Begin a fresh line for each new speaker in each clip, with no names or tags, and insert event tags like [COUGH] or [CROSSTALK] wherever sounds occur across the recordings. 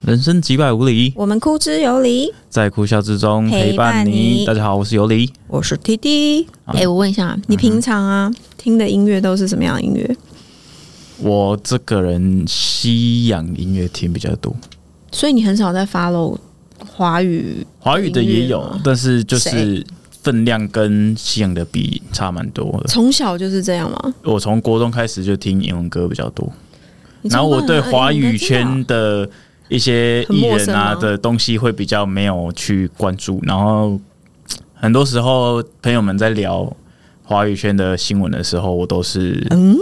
人生几百无理，
我们哭之有理，
在哭笑之中
陪
陪
伴
伴
你
你。大家好，我是尤嗯里。
我是 T T。
好
哎、我问一下，你平常啊、听的音乐都是什么样的音乐？
我这个人西洋音乐听比较多，
所以你很少在 follow 华语
华语的也
音乐
有
吗，
但是就是
嗯谁
分量跟西洋的比差蛮多的。
从小就是这样吗？
我从国中开始就听英文歌比较多，
你
然后
从
我
小
对
耳
华
你应该
语
知道
圈的一些
很
艺
陌
人
生
啊
吗
的东西会比较没有去关注，然后很多时候朋友们在聊华语圈的新闻的时候，我都是
嗯，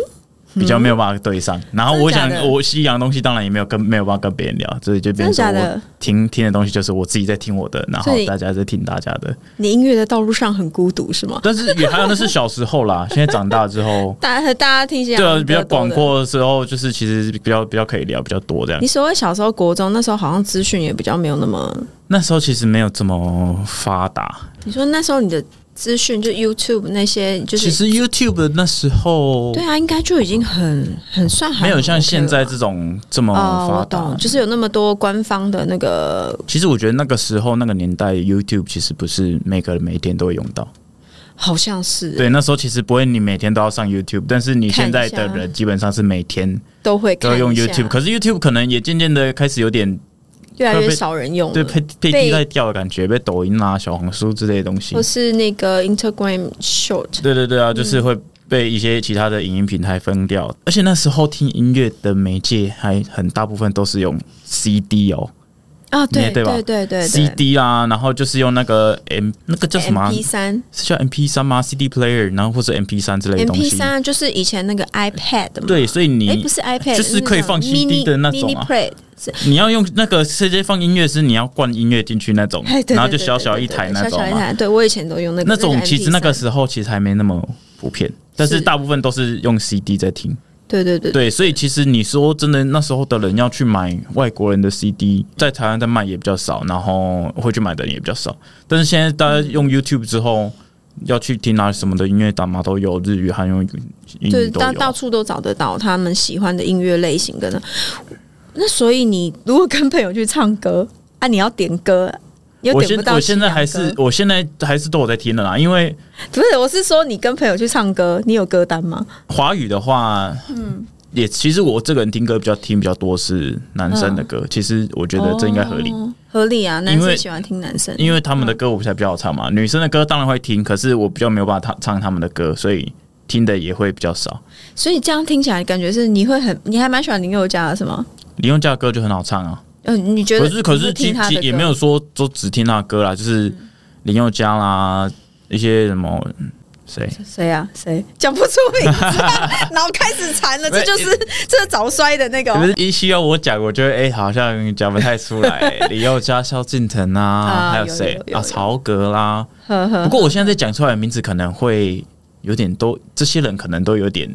比较没有办法对上。然后
真的
我
假
想
的，
我西洋东西当然也没有跟没有办法跟别人聊，所以就
真
变
的
成
假
说我
的？
听听的东西就是我自己在听我的，然后
所以
大家在听大家的。
你音乐的道路上很孤独是吗？
但是也还有那是小时候啦，现在长大之
[LAUGHS]
后，
大家大家听起来
对啊，
蛮
比较
多
广
的。
阔的时候，就是其实比较比较可以聊比较多这样
你。所谓小时候国中那时候好像资讯也比较没有那么，
那时候其实没有这么发达，
你说那时候你的资讯就 YouTube 那些就
其实
是。
YouTube 那时候
对啊，应该就已经很很算还
没有
很
像
OK
现在
了吧
这种这么
哦，
发
我
达
懂，。就是有那么多官方的那个，
其实我觉得那个时候那个年代，YouTube 其实不是每个人每天都会用到。
好像是
对，那时候其实不会，你每天都要上 YouTube，但是你现在的
看一
人基本上是每天
都会
都
看
要用
一下
YouTube，可是 YouTube 可能也渐渐的开始有点
越来
会
越
被
少人用
对
了，
被被
嗯被
替代掉的感觉，被抖音啊、小红书之类的东西
或。是那个 Instagram Short，
对对对啊，就是
嗯
会被一些其他的影音平台分掉，而且那时候听音乐的媒介还很大部分都是用 CD 哦
啊，对
你对吧
对对对
c d 啊，然后就是用那个 M 那个叫什么啊、
MP 三
是叫 MP 三吗？CD player，然后或者 MP 三之类的东
，MP
西。
三就是以前那个 iPad 嘛，
对，所以你
哎，不是 iPad，
就是
那
可以
种
放 CD 的那
mini-
种
mini
啊
play，是
你要用那个直接放音乐是你要灌音乐进去那种
哎，，对
然后
对
就
对
小
对
小
对
一
对
台那
小
种
小一
嘛。
台，对我以前都用那个
那种其实那个
MP3
时候其实还没那么普遍，但是
是
大部分都是用 CD 在听。
对对对，
对，所以其实你说真的，那时候的人要去买外国人的 CD，在台湾在卖也比较少，然后会去买的人也比较少。但是现在大家
嗯
用 YouTube 之后，要去听啊什么的音乐打码都有，日语、韩语、英
就是
语嗯都
到到
有。
处都找得到他们喜欢的音乐类型的呢。那所以你如果跟朋友去唱歌啊，你要点歌，又
我
点
现
不到
我现在
西洋
还
歌
是我现在还是都有在听的啦，因为
不是？我是说你跟朋友去唱歌，你有歌单吗？
华语的话，嗯，也其实我这个人听歌比较听比较多是男生的歌，其实我觉得这应该合理，
嗯哦嗯合理啊，男
因
生
为
喜欢听男生，
因为他们的歌我才比较好唱嘛，女生的歌当然会听，可是我比较没有办法唱唱他们的歌，所以听的也会比较少。
所以这样听起来感觉是你会很，你还蛮喜欢林宥嘉的是吗？
林宥嘉的歌就很好唱啊，
嗯、你觉得
可是可
你
是
听
其
他的
其
歌嗯
也没有说都只听他的歌啦，就是林宥嘉啦，一些什么谁。
谁啊谁讲不出名字啊、
[LAUGHS]
然后开始馋了，这就是这是早衰的那个
可
哦
是一需要我讲，我觉得哎、好像讲不太出来、李宥嘉、萧敬腾
[LAUGHS] 啊
啊，还有
有
谁
有有嗯有
啊？曹格啦，
呵呵
不过我现在在讲出来的名字可能会有点多，这些人可能都有点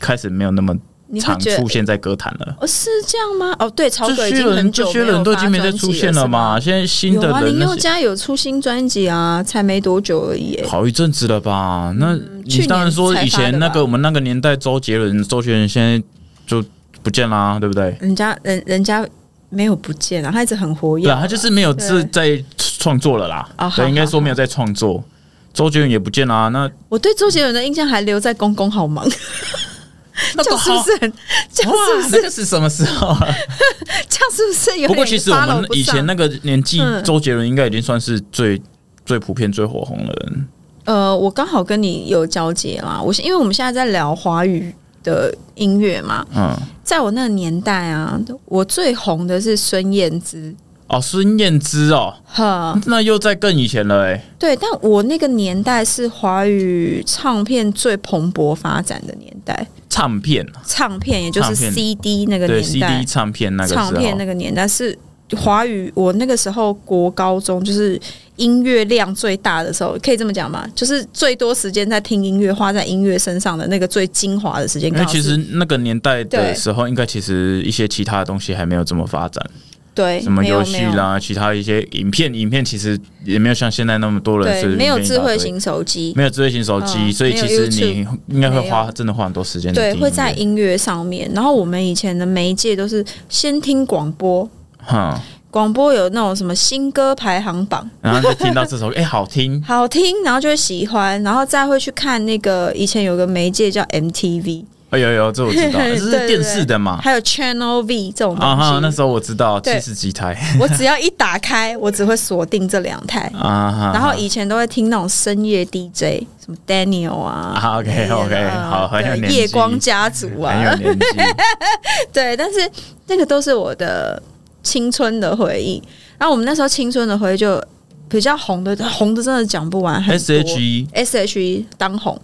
开始没有那么
你会
常
觉得
出现在歌坛了。
哦，是这样吗？哦，对，曹格
这
已
些
经
人
很
这
久
些
有
人都已经没
发
再
专辑
出现
了
了
是吗
嘛？？现在新
有
的
啊，
人
林
那
宥
些
嘉有出新专辑啊，才没多久而已耶。
好一阵子了吧？那
嗯去
你当然说
年才
以
发的
前那
吧
个我们那个年代，周杰伦、周杰伦现在就不见啦，对不对？
人家人人家没有不见啊，他一直很活跃
对
啊、
啊，他就是没有
对
是在创作了啦
啊。好
对，应该
好
说没有在创作。周杰伦也不见啦，
[LAUGHS]
那
我对周杰伦的印象还留在《公公
[LAUGHS]
好忙》
那
这样是不是很？这
[LAUGHS]
样
哇
是不，是？
那个是什么时候啊？
这样是不 [LAUGHS] 是有点
不过其实我
follow
们
不
以前
上
那个年纪
嗯，
周杰伦应该已经算是最最普遍、最火红的人。
呃，我刚好跟你有交接啦。我是因为我们现在在聊华语的音乐嘛，
嗯，
在我那个年代啊，我最红的是孙燕姿。
哦，孙燕姿哦，
呵，
那又在更以前了哎、
对，但我那个年代是华语唱片最蓬勃发展的年代，
唱片
唱片也就
唱
是
片
CD 那个
对
年
CD
代，
唱片那个时候，
唱片那个年代是华语。我那个时候国高中就是音乐量最大的时候，可以这么讲吗？就是最多时间在听音乐，花在音乐身上的那个最精华的时间。
因
刚
为
好
其实
是
那个年代
对
的时候，应该其实一些其他的东西还没有这么发展，
对
什么
没有
游戏
没有
啦，其他一些影片，影片其实也没有像现在那么多人
对，
是
没有
影片一
智
大堆
慧。型手机，
没有智慧型手机，
嗯
所以其实你应该会
没
花真的花很多时间
对，
听
会
音乐
在音乐上面。然后我们以前的媒介都是先听广播，
哈，
广播有那种什么新歌排行榜，
然后就听到这首歌，哎、 [LAUGHS] 好听，
好听，然后就会喜欢，然后再会去看那个以前有个媒介叫 MTV，
哎呦呦，这我知道，这
[LAUGHS] 对
是
对
电视的嘛。
还有 Channel V 这种东
啊
西。
哈，那时候我知道七
对
十几台
[LAUGHS] 我只要一打开，我只会锁定这两台。
啊哈，
[LAUGHS] 然后以前都会听那种深夜 DJ，什么 Daniel 啊。
啊，OK OK，好，很有
对
年纪
夜光家族
很有
啊， [LAUGHS]
年纪，
对，但是那个都是我的青春的回忆。然后我们那时候青春的回忆就比较红的，红的真的讲不完很
S
多
H E
，S.H.E 当红，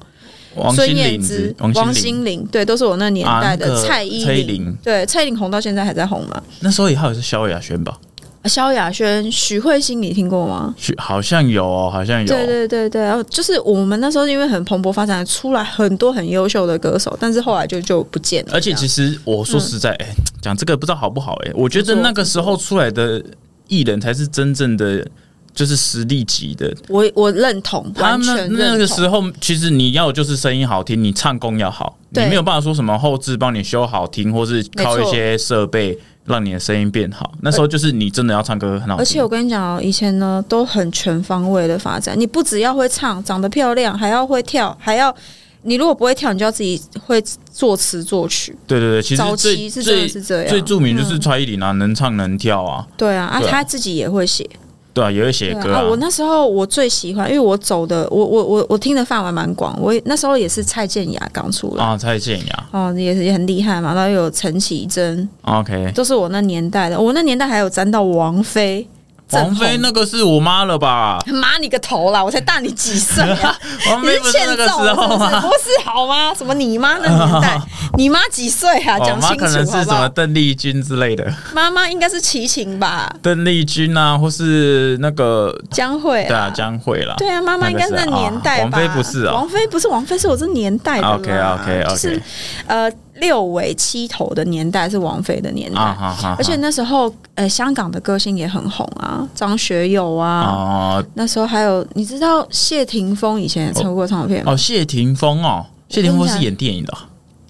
王
孙
心
燕
凌
姿
子、
王
王心凌，
心凌，对，都是我那年代
啊那
的
个
蔡依
蔡依
林
林，
对，蔡依林红到现在还在红嘛。
那时候也还有是萧亚轩吧？
萧亚轩、许慧欣，你听过吗？
是好像有，哦，好像有，
对对对对，然后就是我们那时候因为很蓬勃发展，出来很多很优秀的歌手，但是后来就就不见了。
而且其
实
实我说实在，哎、讲、这个不知道好不好、哎，我觉
不
得
嗯错
那个时候出来的艺人才是真正的。就是实力级的，
我我认同，
他
完全
们
认
那
同。
个时候，其实你要就是声音好听，你唱功要好，你
对
没有办法说什么后置帮你修好听，或是靠
没
一
错
些设备让你的声音变好。那时候就是你真的要唱歌很好听，
而且我跟你讲哦，以前呢都很全方位的发展，你不只要会唱，长得漂亮，还要会跳，还要你如果不会跳，你就要自己会作词作曲。
对对对，其实
早期
最
是真的
最
是这样，嗯
最著名就是蔡依林啊，能唱能跳啊，
对啊，啊，
对啊
他自己也会写
对啊，也会写
对
歌
啊我那时候我最喜欢，因为我走的，我我我我听的范围蛮广，我也那时候也是蔡健雅刚出来。
啊，蔡健雅
哦，也是也很厉害嘛，然后有陈绮贞，
，OK，
都是我那年代的。我那年代还有沾到王菲，
王菲
郑
那个是我妈了吧？
红妈你个头啦！我才大你几岁
[LAUGHS]
啊？
王
你
菲
是
不是
欠
那
揍啊
个时候啊
是不是？
吗？哦
不是好吗？什么你妈那年
[LAUGHS]
代，你妈几岁啊？
我
讲
哦妈
清
可能
楚
是
好
什
不
么
好？
邓丽君之类的， [LAUGHS]
妈妈应该是齐秦吧，
邓丽君啊，或是那个
江蕙
对啊，江蕙 [LAUGHS] 啦，
对啊，妈妈应该是那年代吧？
那个是啊王菲不是啊
王菲不是王菲，是我这年代的啦。
OK，OK，OK
啊就是呃六尾七头的年代是王菲的年代，
啊哈哈，
而且那时候呃香港的歌星也很红啊，张学友啊，
哦
那时候还有你知道谢霆锋以前也唱过唱片吗？
哦，谢霆锋哦，谢霆锋是演电影的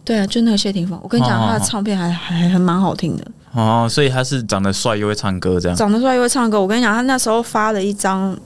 对啊，就那个谢霆锋，我跟你讲，
哦
他的唱片还还还蛮好听的，
哦，哦所以他是长得帅又会唱歌这样
长得帅又会唱歌。我跟你讲，他那时候发了一张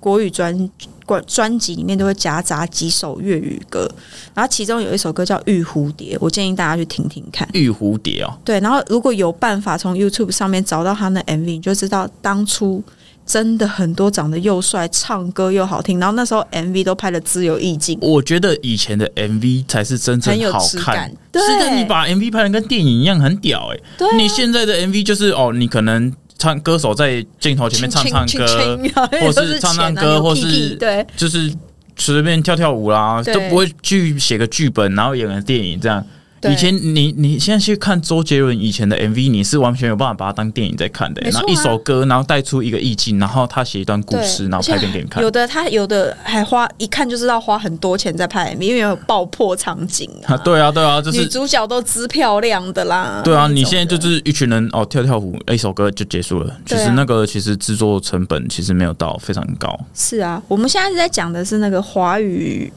国语专。专专辑里面都会夹杂几首粤语歌，然后其中有一首歌叫《玉蝴蝶》，我建议大家去听听看。
玉蝴蝶哦，
对，然后如果有办法从 YouTube 上面找到他的 MV，你就知道当初真的很多长得又帅、唱歌又好听，然后那时候 MV 都拍的自由意境，
我觉得以前的 MV 才是真正
很有
好
质
看
感。对
是的，你把 MV 拍的跟电影一样，很屌哎、
对啊
你现在的 MV 就是哦，你可能唱歌手在镜头前面唱唱歌，
或
或是唱唱歌或是
对
就是随便跳跳舞啦，
对
都不会去写个剧本，然后演个电影这样。
对
以前你你现在去看周杰伦以前的 MV，你是完全有办法把它当电影在看的、欸
没错
然
啊
后一首歌，然后带出一个意境，然后他写一段故
对
事，然后拍片给你看
有。的他有的还花一看就知道花很多钱在拍 MV，因为有爆破场景啊，
[LAUGHS] 啊，对啊，对啊，就
女
是
主角都资漂亮的啦。
对啊，
那种
你现在
的
就是一群人哦，跳跳舞，一首歌就结束了。其
对啊
实那个其实制作成本其实没有到非常高。
是啊，我们现在是在讲的是那个华语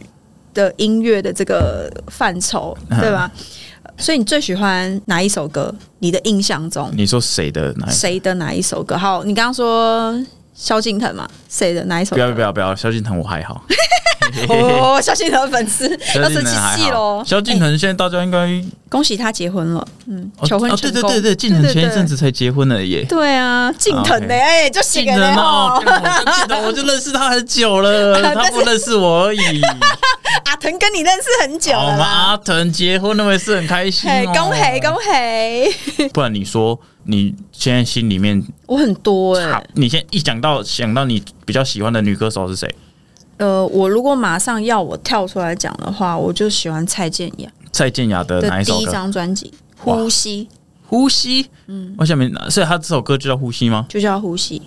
的音乐的这个范畴，对吧？
嗯
所以你最喜欢哪一首歌？你的印象中
你说谁的哪一？
谁的哪一首歌？好，你刚刚说萧敬腾嘛，谁的哪一首
不要
歌？
不要不要，萧敬腾我还好。
哦，萧敬腾的粉丝
萧
要
敬
生气
腾还
气喽
好。！萧敬
哎
腾现在大家应该
恭喜他结婚了，嗯，
哦
求婚
哦，
成
对
功。
对对对，敬腾前一阵
子。
子才结婚了耶。
对啊，敬腾呢？
OK
哎，就写
敬
给
腾
他
哦，
哦。
干我跟敬腾我就认识他很久了，他不认识我而已。
[LAUGHS] 阿腾跟你认识很久
好，我啊
了
们阿
啦，
腾结婚那么是很开心
嘿，
哦。
恭喜恭喜！
不然你说你现在心里面
我很多哎、
好，你先一讲到想到你比较喜欢的女歌手是谁？
呃，我如果马上要我跳出来讲的话，我就喜欢蔡健雅
蔡健雅的哪
的
一
第
首
一
歌？
张专辑《
哇
呼吸
呼吸。嗯，我想没，所以她这首歌就叫呼吸吗》，？
就叫《呼吸》，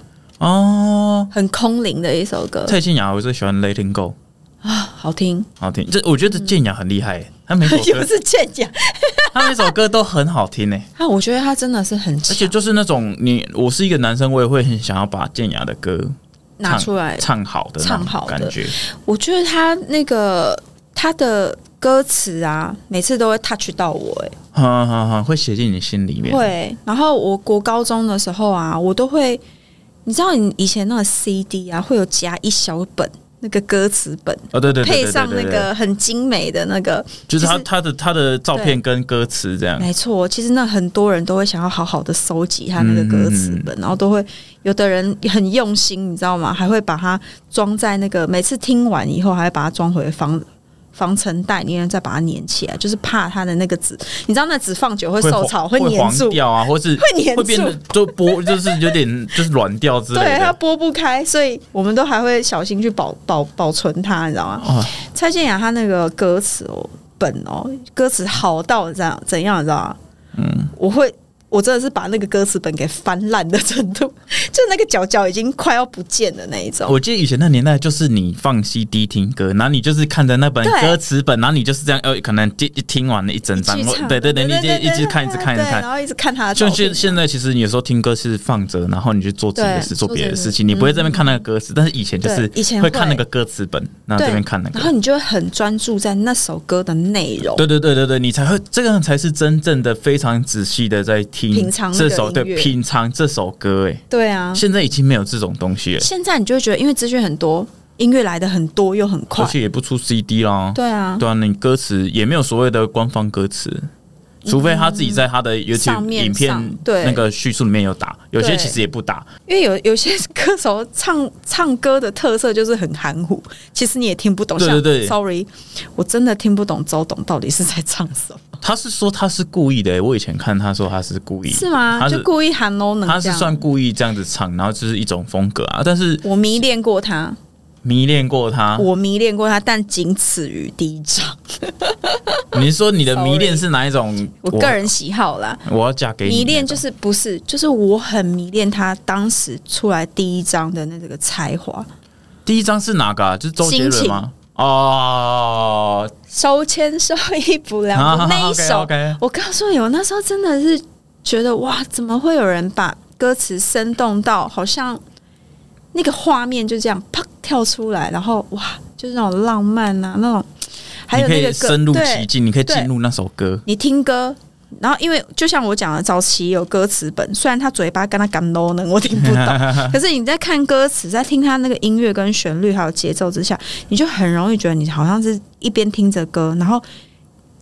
哦，
很空灵的一首歌，啊
蔡健雅我最喜欢《Let It Go
好听。》，
好听。这我觉
嗯
得健雅很厉害，她
[LAUGHS]
每首
又
歌，
是健雅，
她每首歌都很好听诶，
啊，我觉得他真的是很
而且
强，
就是那种你我是一个男生，我也会很想要把健雅的歌
拿出来。
唱好的那种
唱好的
感觉。
我觉得他那个他的歌词啊，每次都会 touch 到我、欸，
哈哈哈，会写进你心里面。
会。然后我国高中的时候啊，我都会，你知道你以前那个 CD 啊，会有夹一小本那个歌词本，
哦，对对对对
配
对
上
对嗯
那
对
个很精美的那个，
就是他
就是
他的他的照片跟歌词这样。
没错。其实那很多人都会想要好好的收集他那个歌词
嗯
本，然后都会有的人很用心，你知道吗？还会把它装在那个每次听完以后，还会把它装回防。防尘袋里面再把它粘起来，就是怕它的那个纸，你知道那纸放久会受
黄
潮，
会
粘住
黄，掉啊，或是
会粘住
会变得就剥，就是有点就是软掉之类
对，它
的。
剥不开，所以我们都还会小心去保保保存它，你知道吗？
哦，
蔡健雅她那个歌词哦本哦，歌词好到这样怎样，你知道吗？嗯，我会。我真的是把那个歌词本给翻烂的程度， [LAUGHS] 就那个角角已经快要不见的那一种。
我记得以前那年代，就是你放 CD 听歌，然后你就是看着那本
对
歌词本，然后你就是这样，呃，可能一一听完了一整张
去，唱
对对对，你就一直看一直看一直
对
看。
然后一直看他的照
就
片
现。现在，其实你有时候听歌是放着，然后你去做自己的事，
对
做别的
做自己
事
的
情，你
事
不会在那边看那个歌词。但是以前就是
对以前
会
会
看那个歌词本，然后
对
这边看那个
然。后你就会很专注在那首歌的内容。
对对对对对，你才会这个才是真正的非常仔细的在听
品尝那
这
个
首对
音乐
品尝这首歌，哎，
对啊，
现在已经没有这种东西了，
现在你就会觉得，因为资讯很多，音乐来的很多又很快
而。且也不出 CD 啦，
对啊，
对啊，你歌词也没有所谓的官方歌词。除非他自己在他的
嗯上
YouTube
面
影片
上对
那个叙述里面有打，有些
对
其实也不打，
因为有 [LAUGHS] 有些歌手唱唱歌的特色就是很含糊，其实你也听不懂。
对对
像
对
Sorry，我真的听不懂周董到底是在唱什
[LAUGHS]
么，
他是说他是故意的、欸，我以前看他说他是故意，
是吗？
他是
就故意含 low 能
他
这
是
样。
算故意这样子唱，然后就是一种风格啊。但是
我迷恋过
啊
他，
迷恋过他，
我迷恋过他，但仅此于第一张。
你是说你的迷恋
Sorry
是哪一种？
我个人喜好啦，
我，我要嫁给你那种。
迷恋就是不是，就是我很迷恋他当时出来第一张的那个才华。
第一张是哪个、啊？就是周杰伦吗？哦，
手牵手，一步
[LAUGHS]
两
啊
步那一首
o k
我告诉你，我那时候真的是觉得哇，怎么会有人把歌词生动到好像那个画面就这样啪跳出来，然后哇，就是那种浪漫啊，那种还有
你可
那
以
个歌，
深入其
对，
境，你可以进入那首歌。
你听歌。然后，因为就像我讲的，早期有歌词本，虽然他嘴巴跟他干 low 呢，我听不
[LAUGHS]
懂。可是你在看歌词，在听他那个音乐跟旋律还有节奏之下，你就很容易觉得你好像是一边听着歌，然后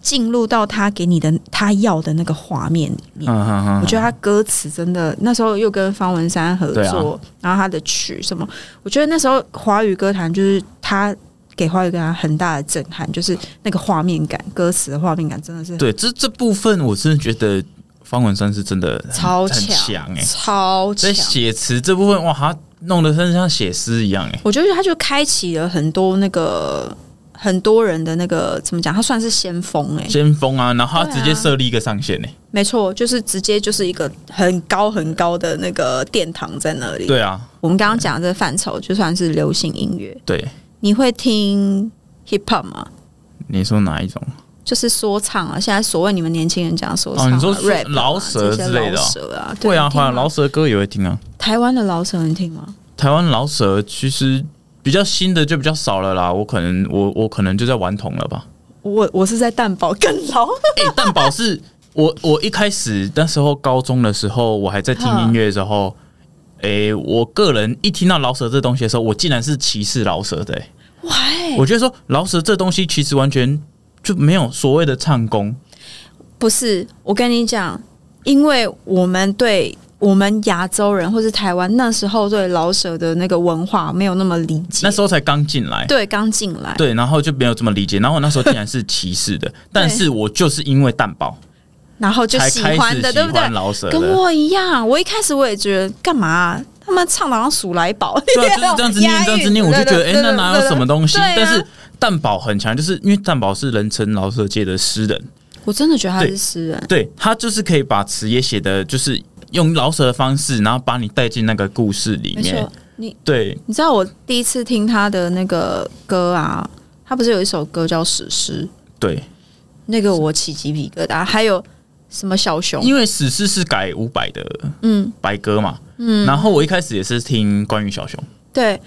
进入到他给你的他要的那个画面里面。
嗯哼哼，
我觉得他歌词真的，那时候又跟方文山合
对
作，
啊
然后他的曲什么，我觉得那时候华语歌坛就是他给华语歌坛很大的震撼，就是那个画面感，歌词的画面感真的是
对这这部分，我真的觉得方文山是真的很
超
很
强
强哎、
超
在。
强
写词这部分，哇，他弄得真像写诗一样哎、
我觉得他就开启了很多那个很多人的那个怎么讲，他算是先锋哎、
先锋啊，然后他
对啊
直接设立一个上限哎、
没错，就是直接就是一个很高很高的那个殿堂在那里。
对啊，
我们刚刚讲的这个范畴，就算是流行音乐，
对，
你会听 hip hop 吗？
你说哪一种？
就是说唱啊，现在所谓你们年轻人讲的说唱、
哦
啊，
你说
rap 啊
饶舌之
这些
类的哦
饶舌啊，
会啊会
你听吗
啊，饶舌歌也会听啊。
台湾的饶舌你听吗？
台湾老舍其实比较新的就比较少了啦，我可能我我可能就在顽童了吧。
我我是在蛋堡更老，
哎、蛋堡是我我一开始那时候高中的时候，我还在听音乐的时候，
嗯
哎、我个人一听到老舍这东西的时候，我竟然是歧视老舍的、欸
[LAUGHS] 哇、欸
我觉得说老舍这东西其实完全就没有所谓的唱功，
不是，我跟你讲，因为我们对我们亚洲人或是台湾那时候对饶舌的那个文化没有那么理解，
那时候才刚进来。
对刚进来，
对，然后就没有这么理解，然后我那时候竟然是歧视的，但是我就是因为蛋堡
然后就
才
喜
开
欢
始
的，
喜
对不对
欢？老舍的，
跟我一样，我一开始我也觉得干嘛啊、他们唱的好像鼠来宝，
对啊，就是这样子念，
押韵
这样子念，我就觉得，哎、
对对对
那哪有什么东西？
对啊
但是蛋堡很强，就是因为蛋堡是人称老舍界的诗人，
[LAUGHS] 我真的觉得他是诗人，
对他就是可以把词也写的，就是用老舍的方式，然后把你带进那个故事里
没
面
错。。你
对，
你知道我第一次听他的那个歌啊，他不是有一首歌叫《史诗》，
对，
那个我起鸡皮疙瘩，还有什么小熊，
因为史诗是改伍佰的
嗯 [LAUGHS]
白歌嘛，嗯，然后我一开始也是听关于小熊，
对。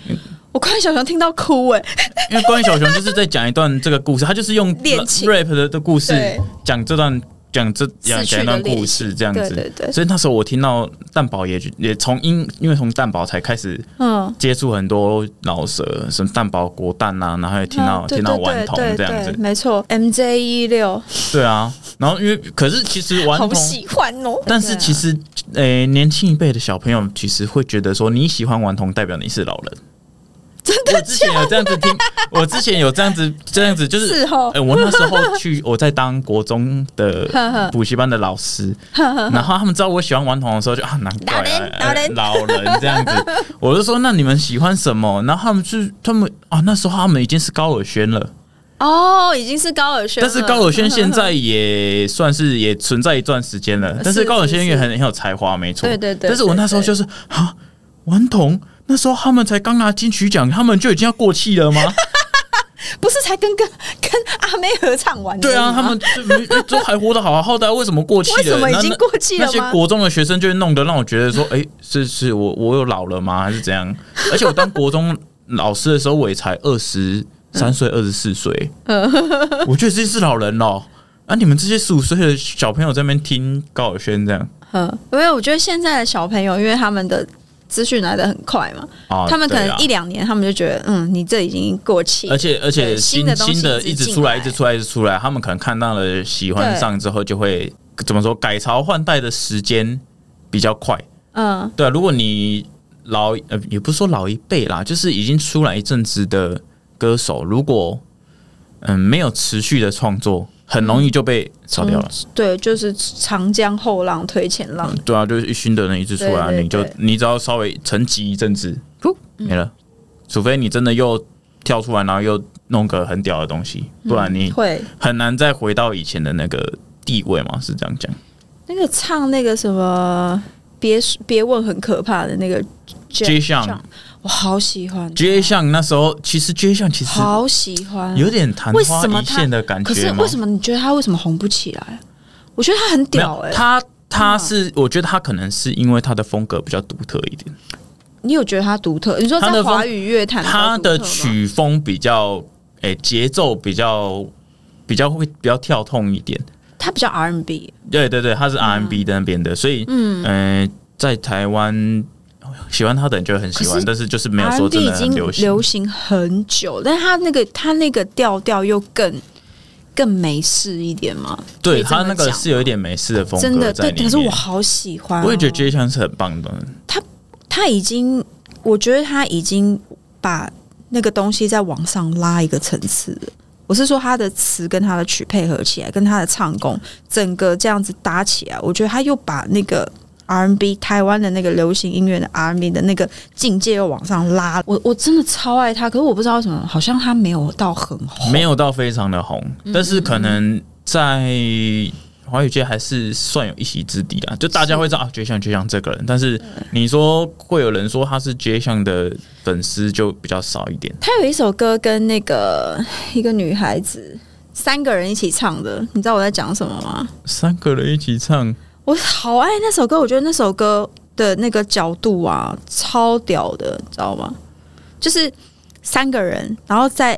我关于小熊听到哭哎、
因为关于小熊就是在讲一段这个故事，他就是用
恋情
rap 的的故事
对
讲这段讲这讲
逝去
讲
的
一段
恋
故事这样
对
子。
对对，
所以那时候我听到蛋宝也也从因因为从蛋宝才开始
嗯，
接触很多老舌，什么蛋宝国蛋啊，然后也听到、
嗯对
听到
对
顽童
对
这
对
样子，
没错，MJ 一六，
对啊。然后因为可是其实顽
好
童，
喜欢哦。
但是其实诶、年轻一辈的小朋友其实会觉得说你喜欢顽童代表你是老人。真的？我之前有这样子听，我之前有这样子这样子就是
事后
哎、我那时候去，我在当国中的补习班的老师，然后他们知道我喜欢顽童的时候就，啊，难怪、啊
老人
哎老人这样子，我就说那你们喜欢什么？然后他们就他们啊，那时候他们已经是高尔宣了，
哦，已经是嗯高尔宣了，
但是高尔宣现在也算是也存在一段时间
呃
了，但是高尔宣也很很有才华，没错，
对对对
但是我那时候就是啊，顽童那时候他们才刚拿金曲奖，他们就已经要过气了吗？
[LAUGHS] 不是才跟跟 [LAUGHS] 跟阿妹合唱完而已吗？
对啊，他们就没都还活得好好的，为什么过气了？
为什么已经
那
过气了
那
吗
些国中的学生就会弄得让我觉得说，哎、是是我我有老了吗？还是怎样？而且我当国中老师的时候，我也才二十三岁、二十四岁，我觉得这是老人咯。啊，你们这些十五岁的小朋友在那边听高尔宣这样
嗯，因为我觉得现在的小朋友，因为他们的资讯来的很快嘛，
啊，
他们可
对
能
啊
一两年，他们就觉得，嗯，你这已经过气
而。且而且
对
新
新的东西
新的
一直
一直
进
出来，
来
一直出来，一直出来，他们可能看到了喜欢
对
上之后，就会怎么说改朝换代的时间比较快。
嗯，
对啊，如果你老呃，也不是说老一辈啦，就是已经出来一阵子的歌手，如果嗯没有持续的创作，很容易就被炒掉了。
对，就是长江后浪推前浪。
对啊，就是一新的人一直出来啊，
嗯对对
你就
对
你只要稍微沉寂一阵子，噗没了。除非你真的又跳出来，然后又弄个很屌的东西，
嗯
不然你
会
很难再回到以前的那个地位嘛，是这样讲。
那个唱那个什么，别别问很可怕的那个
J
上
项，
我好喜欢
J 项那时候其实 J 项其实
好喜欢。
有点昙
为
花
什么
一
他
现的感
可是
觉嘛
为。什么你觉得他为什么红不起来？我觉得他很
没
屌
有
哎、
他他
嗯
是我觉得他可能是因为他的风格比较独特一点，
你有觉得他独特？你说
他
在
的风
华语乐坛比较
他的
独特吗
曲风比较诶节奏比较比较会比较跳痛一点。
他比较 R&B，
对对对，他
嗯
是 R&B 的那边的，所以嗯、呃在台湾喜欢他的人就会很喜
可
欢，
是
但是就是没有说
R&B
真
已
的很
经
流行
流。行很久，但他那个他那个调调又更更美式一点嘛，可
对
以这么
他那个
讲
是有一点美式的风
真
格
的
在里
对。可是我
面。
好喜欢、啊
我也觉得 J 项是很棒的，
他已经，我觉得他已经把那个东西再往上拉一个层次了。我是说他的词跟他的曲配合起来，跟他的唱功，整个这样子搭起来，我觉得他又把那个 R&B 台湾的那个流行音乐的 R&B 的那个境界又往上拉。我我真的超爱他，可是我不知道为什么，好像他没有到很红。嗯
没有到非常的红，但是可能在华语界还是算有一席之地啦。就大家会知道啊，绝项绝项这个人，但是你说会有人说他是绝项的粉丝就比较少一点。
他有一首歌跟那个一个女孩子三个人一起唱的，你知道我在讲什么吗？
三个人一起唱，
我好爱那首歌，我觉得那首歌的那个角度啊，超屌的，知道吗？就是三个人，然后再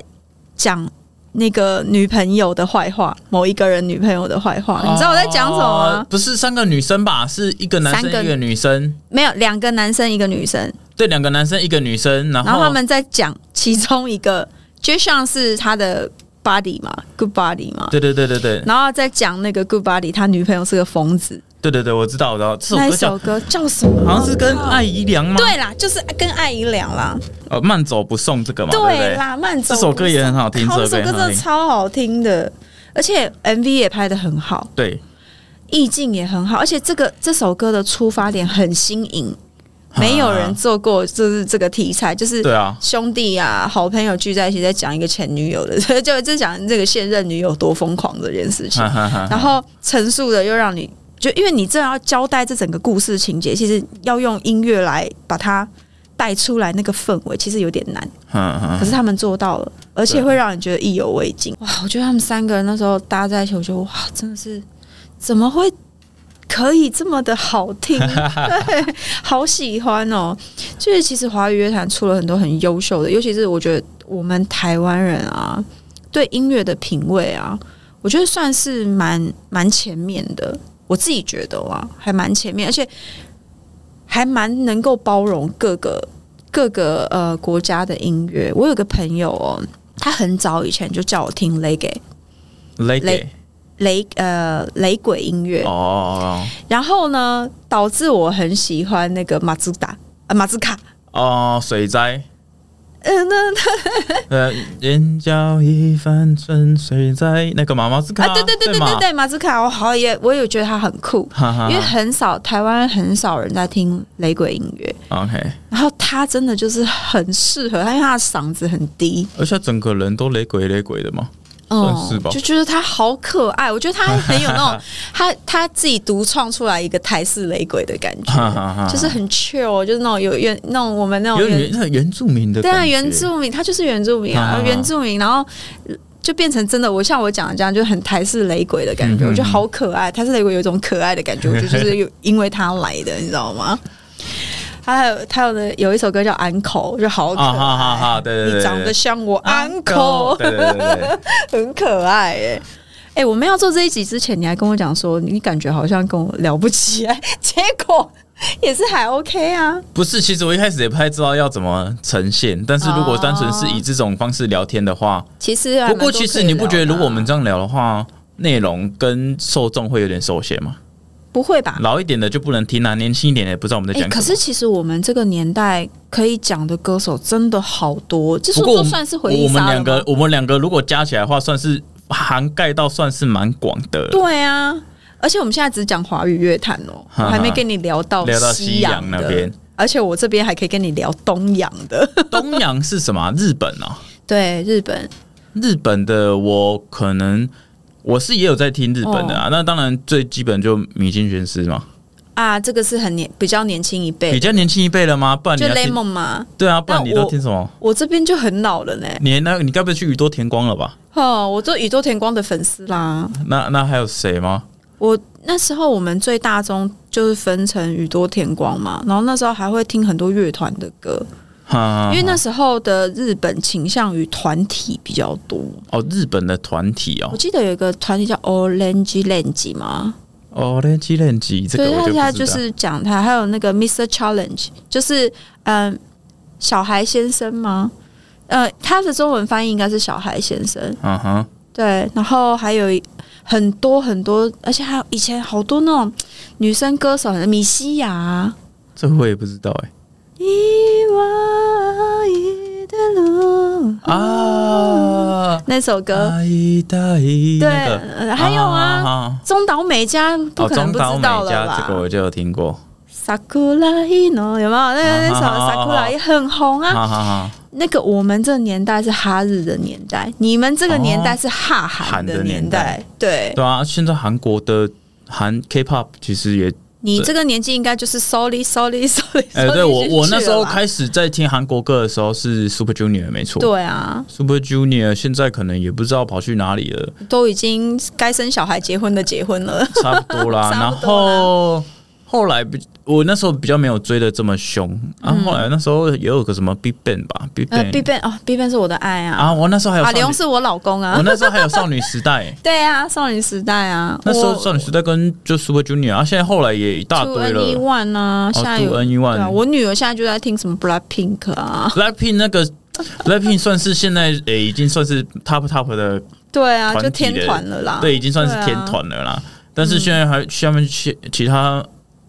讲那个女朋友的坏话，某一个人女朋友的坏话，哦你知道我在讲什么
哦
吗？
不是三个女生吧？是一个男生
三个
一个女生，
没有，两个男生一个女生，
对，两个男生一个女生，然
然
后
后他们在讲其中一个，就像是他的 body 嘛，good body 嘛，
对对对对对
然后再讲那个 good body，他女朋友是个疯子，
对对对，我知道，我知道，这
那
首歌
一首
叫
歌叫什么？
好像是跟爱姨良吗？
对啦，就是跟爱姨良啦。
呃，慢走不送这个嘛，对不
对
对？
啦，慢走
这
不送。
首歌也很好听，
靠这
首
首
歌
歌
也
真
很好
的
听，
超好听的，而且 MV 也拍的很好，
对。
意境也很好，而且这个这首歌的出发点很新颖，没有人
啊
做过就是这个题材，就是
对啊，
兄弟啊，好朋友聚在一起在讲一个前女友的， [LAUGHS] 就就讲这个现任女友多疯狂这件事情，
哈哈哈
然后陈述的又让你就因为你这要交代这整个故事情节，其实要用音乐来把它带出来那个氛围，其实有点难。
嗯嗯
可是他们做到了，而且会让你觉得意犹未尽。哇，我觉得他们三个人那时候搭在一起，我觉得哇，真的是怎么会可以这么的好 [LAUGHS] 听，对，好喜欢哦。就是其实华语乐坛出了很多很优秀的，尤其是我觉得我们台湾人啊，对音乐的品味啊，我觉得算是蛮蛮前面的。我自己觉得啊，还蛮前面，而且还蛮能够包容各个各个呃国家的音乐。我有个朋友哦，他很早以前就叫我听雷给
雷给
雷雷呃雷鬼音乐，
哦哦
然后呢，导致我很喜欢那个马自达啊，马自卡。
哦哦，水灾，
嗯，那那
呃，眼角一翻春水灾，那个妈妈是看、
啊，对对对对对
吗，啊
对，马自卡，我好也我也觉得他很酷，
哈哈
因为很少台湾很少人在听雷鬼音乐，
哈，OK，
然后他真的就是很适合他，因为他的嗓子很低，
而且整个人都雷鬼雷鬼的嘛，
嗯，
算是吧
就觉得他好可爱，我觉得他很有
[LAUGHS]
那种他他自己独创出来一个台式雷鬼的感觉，
哈哈哈，
就是很 chill，就是那种有原那种我们那种
有
原
点原原住民的
对
感觉，
啊，原住民，他就是原住民
啊
啊，原住民，然后呃就变成真的，我像我讲的这样，就很台式雷鬼的感
嗯
觉，
嗯嗯
我觉得好可爱。台式雷鬼有一种可爱
[LAUGHS]
的感觉，我觉得就是有因为他来的，你知道吗？还有他有的有一首歌叫《Uncle》，就好可
啊哈哈
爱。
哈，对对对，
你长得像我
uncle，
Uncle，
对对对对，
很可爱哎。哎、我们要做这一集之前，你还跟我讲说，你感觉好像跟我聊不起来， [LAUGHS] 结果也是还 OK 啊。
不是，其实我一开始也不太知道要怎么呈现，但是如果单纯是以这种方式聊天的话，
其实还
不
蛮
过
多可以聊的啊，
其实你不觉得如果我们这样聊的话，内容跟受众会有点受限吗？
不会吧？
老一点的就不能听啊，年轻一点的也不知道我们在
啊哎、
讲
可
什
是
么。
其实我们这个年代可以讲的歌手真的好多，这
不
说
过我
都
们
算是回忆
我们
杀了
两个
吗？
我们两个如果加起来的话，算是涵盖到算是蛮广的。
对啊，而且我们现在只讲华语乐坛哦，
哈哈
我还没跟你聊到
聊到西
西
洋那
的
边，
而且我这边还可以跟你聊东洋的，
东洋是什么啊？日本啊，
对日本
日本的我可能我是也有在听日本的
哦
啊。那当然最基本就米津玄师嘛，
啊，这个是很年比较年轻一
比
辈，
较年轻一辈了吗？啊不然你
就
要听
Lemon 嘛，
对啊，不然
那
你都
我
听什么？
我这边就很老了呢。
你那，你该不会去宇多田光了吧？
哦，我做宇多田光的粉丝啦，
那那还有谁吗？
我那时候我们最大宗就是分成宇多田光嘛，然后那时候还会听很多乐团的歌，
哈，
因为那时候的日本倾向于团体比较多。
哦，日本的团体
我
哦
记得有一个团体叫 Orange Lange 嘛，
，Orange l a n 哦 g 这个
对，
我
他
就
他
不
就
知道。
是讲他，还有那个 Mr. Challenge，就是嗯、小孩先生吗？呃，他的中文翻译应该是小孩先生。
嗯哼，
对，然后还有一很多很多，而且还有以前好多那种女生歌手，米西亚啊、
这个我也不知道哎、
嗯
啊，
那首歌，
大一大一
嗯对，
那个
呃还有啊，
啊
中岛美嘉不
哦，
可
中
能不
岛
知
美
道了
嘉
吧？
这个我就有听过，
Sakura Ino 有没有？那个那首
啊
Sakura 也很红
哈
啊。
哈哈，
那个我们这年代是哈日的年代，你们这个年代是哈韩
哦
的
韩的年
年
代
代。对
对啊，现在韩国的韩 K-pop 其实也，
你这个年纪应该就是 Sorry Sorry [LAUGHS] Sorry。
哎、对我我那时候
开
开始在听韩国歌的时候是 Super Junior 没错，
对啊，
Super Junior 现在可能也不知道跑去哪里了，
都已经该生小孩、结婚的结婚了。
[LAUGHS] 差不多啦。
差
然
不多啦
后后来比我那时候比较没有追的这么凶啊，后来那时候也有个什么 Big Bang 吧，Big
嗯呃 [LAUGHS]
Bang
，Big Bang 哦，Big Bang 是我的爱啊，
啊，我那时候还有
啊，
少女
刘， [LAUGHS] 是我老公
我
啊。
那时候还有少女时代。
对啊，少女时代啊，
那时候
我
少女时代跟就 Super Junior 啊，现在后来也一大
Two
堆
N E
了。哦
One 啊，现在有
Two N E
对啊，
One
我女儿现在就在听什么 Black Pink 啊，
Blackpink 那个 Blackpink 算是现在诶、已经算是 top top 的，
对啊，
团
就
体的
天团了啦。
对，已经算是
对啊啊
天团了啦。但是现在还下面其其他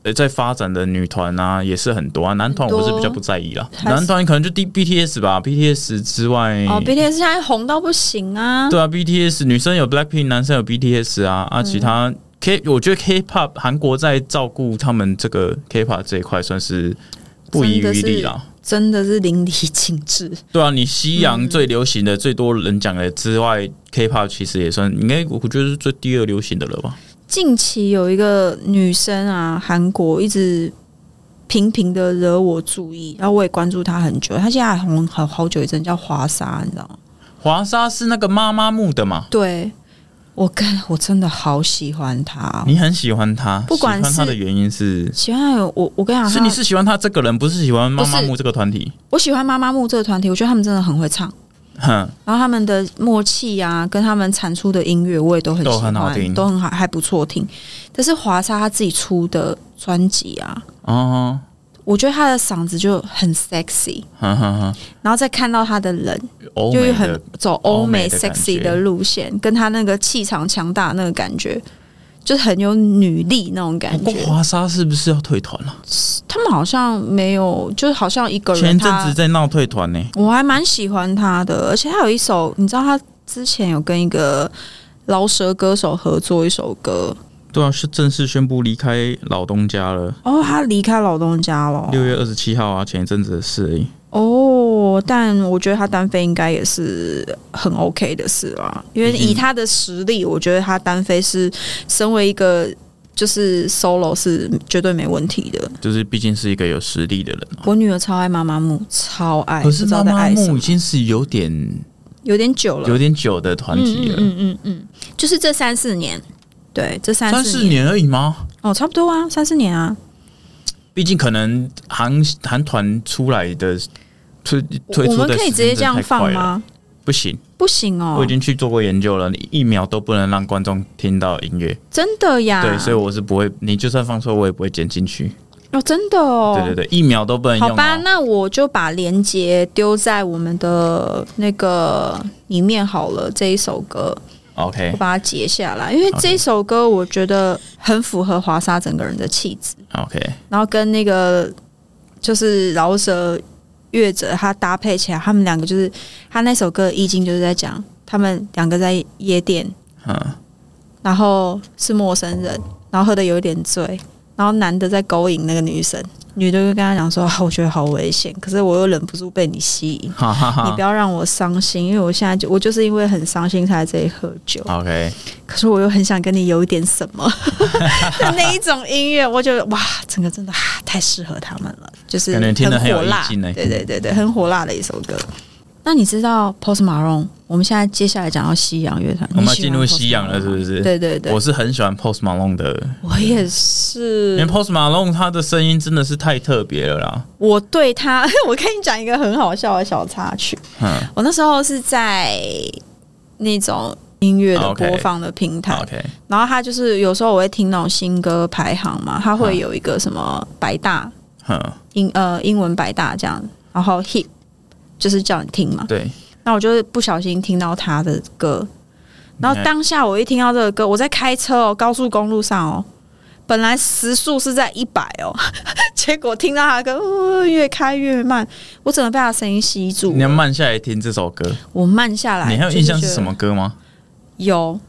呃在发展的女团啊，也是很多啊。男团我是比较不在意啦，
很多
男团可能就 D BTS 吧，BTS 之外，
哦，BTS 现在红到不行啊。
嗯对啊，BTS 女生有 Blackpink，男生有 BTS 啊
嗯
啊，其他 K 我觉得 K-pop 韩国在照顾他们这个 K-pop 这一块算是不遗余力啦。
真的是淋漓尽致，
对啊，你西洋
嗯
最流行的、最多人讲的之外，K-pop 其实也算应该，我觉得是最第二流行的了吧？
近期有一个女生啊，韩国一直频频的惹我注意，然后我也关注她很久，她现在还红好好久一阵，叫华莎，你知道吗？
华莎是那个妈妈木的嘛？
对，我干，我真的好喜欢他哦、
你很喜欢他，
不管
喜欢他
是
的原因是，
喜欢我，我跟你讲，
是
他
你是喜欢他这个人，不是喜欢妈妈
不
木这个团体。
我喜欢妈妈木这个团体，我觉得他们真的很会唱，
哼，
然后他们的默契啊，跟他们产出的音乐我也都很喜
都
欢，
很好听
都很好，还不错听。但是华莎他自己出的专辑啊，
哦，
我觉得他的嗓子就很 sexy，
哼哼 Oh 哼，
然后再看到他的人，
欧
就
美
是
的
很走
欧
欧
美
美
的感
sexy
觉
的路线，跟他那个气场强大的那个感觉，就是很有女力那种感
不过
觉。
华莎是不是要退团了、啊
他们好像没有，就是好像一个人
前阵
他
子在闹退团呢、
我还蛮喜欢他的，而且他有一首，你知道他之前有跟一个饶舌歌手合作一首歌
对啊，是正式宣布离开老东家了。
哦，他离开老东家了
六月二十七号啊，前一阵子的事而已。
哦，但我觉得他单飞应该也是很 OK 的事啦，因为以他的实力，我觉得他单飞是身为一个就是 solo 是绝对没问题的。
就是毕竟是一个有实力的人啊、
我女儿超爱妈妈木，超爱，
可是
哎不知
妈
道在
妈
爱什
木
么
已，经是有点
有点久了，
有点久的团体
嗯嗯
了，
嗯嗯嗯，就是这三四年，对，这三
三
四
四年而已吗？
哦，差不多啊，三四年啊，
毕竟可能韩韩团出来的推推
我
出
们
的
可以
时
直接
间真的
这样
太
放
快了？
吗？
不行，
不行哦
我已，经去做过研究了，你一秒都不能让观众听到音乐。
真的呀，
对，所以我是不会，你就算放错，我也不会剪进去。
哦，真的哦，
对对对，一秒都不能用、哦。
好吧，那我就把链接丢在我们的那个里面好了。这一首歌，我
OK
把它截下来，因为
OK
这一首歌我觉得很符合华莎整个人的气质，
OK，
然后跟那个就是饶舌乐者他搭配起来，他们两个就是他那首歌的意境就是在讲他们两个在夜店
嗯， [LAUGHS]
然后是陌生人，然后喝的有点醉，然后男的在勾引那个女生，女的就跟他讲说：“啊我觉得好危险，可是我又忍不住被你吸引，
哈哈
你
哈
不。要让我伤心，因为我现在就我就是因为很伤心才在这里喝酒，
OK，
可是我又很想跟你有一点什
[LAUGHS]
么的那一种音乐，我觉得哇，整个真的、啊、太适合他们了，就是
感觉听得很有
火
意
辣，
境欸
对对对对，很火辣的一首歌。”那你知道 Post Malone？我们现在接下来讲到西洋乐团，
我们
你
要
喜
进
欢
入
Post
西洋了，
Malone
是
吗
不是？
对对对
我，是很喜欢 Post Malone 的，
我也
因为
是，
Post Malone 他的声音真的是太特别了啦。
我对他， [LAUGHS] 我跟你讲一个很好笑的小插曲。
嗯
我那时候是在那种音乐的
啊 OK
播放的平台
，OK，
然后他就是有时候我会听那种新歌排行嘛，他会有一个什么百大
嗯，
英呃英文百大这样，然后 hit 就是叫你听嘛。
对。
那我就是不小心听到他的歌，然后
你还
当下我一听到这个歌，我在开车哦，高速公路上哦，本来时速是在一百哦， [LAUGHS] 结果听到他的歌、呃越开越慢，我整个被他的声音吸住
你，要慢下来听这首歌，
我慢下来。
你还有印象是什？么歌吗？
有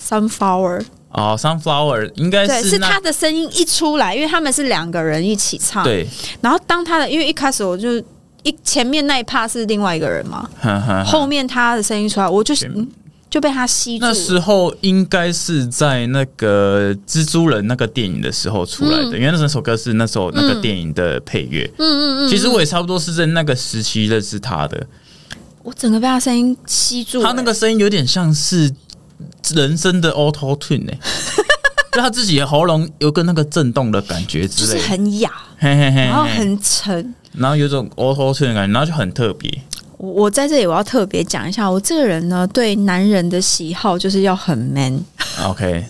Sunflower，
哦，Sunflower 应该
对，是
那
他的声音一出来，因为他们是两个人一起唱。
对，
然后当他的，因为一开始我就一前面那一趴是另外一个人嘛，
哼哼哼
后面他的声音出来，我就是、嗯、就被他吸住了。
那时候应该是在那个蜘蛛人那个电影的时候出来的，因
嗯
为那首歌是那首那个电影的配乐。嗯嗯嗯。其实我也差不多是在那个时期认识他的，
我整个被他声音吸住了。
他那个声音有点像是人声的 Auto Tune
[LAUGHS]
哎、就他自己的喉咙有个那个震动的感觉
就
之
是
类的，
很哑，
嘿嘿嘿嘿，
然后很沉。
然后有种 Auto Tune 的感觉，然后就很特别。
我我在这里我要特别讲一下，我这个人呢，对男人的喜好就是要很 man，
OK，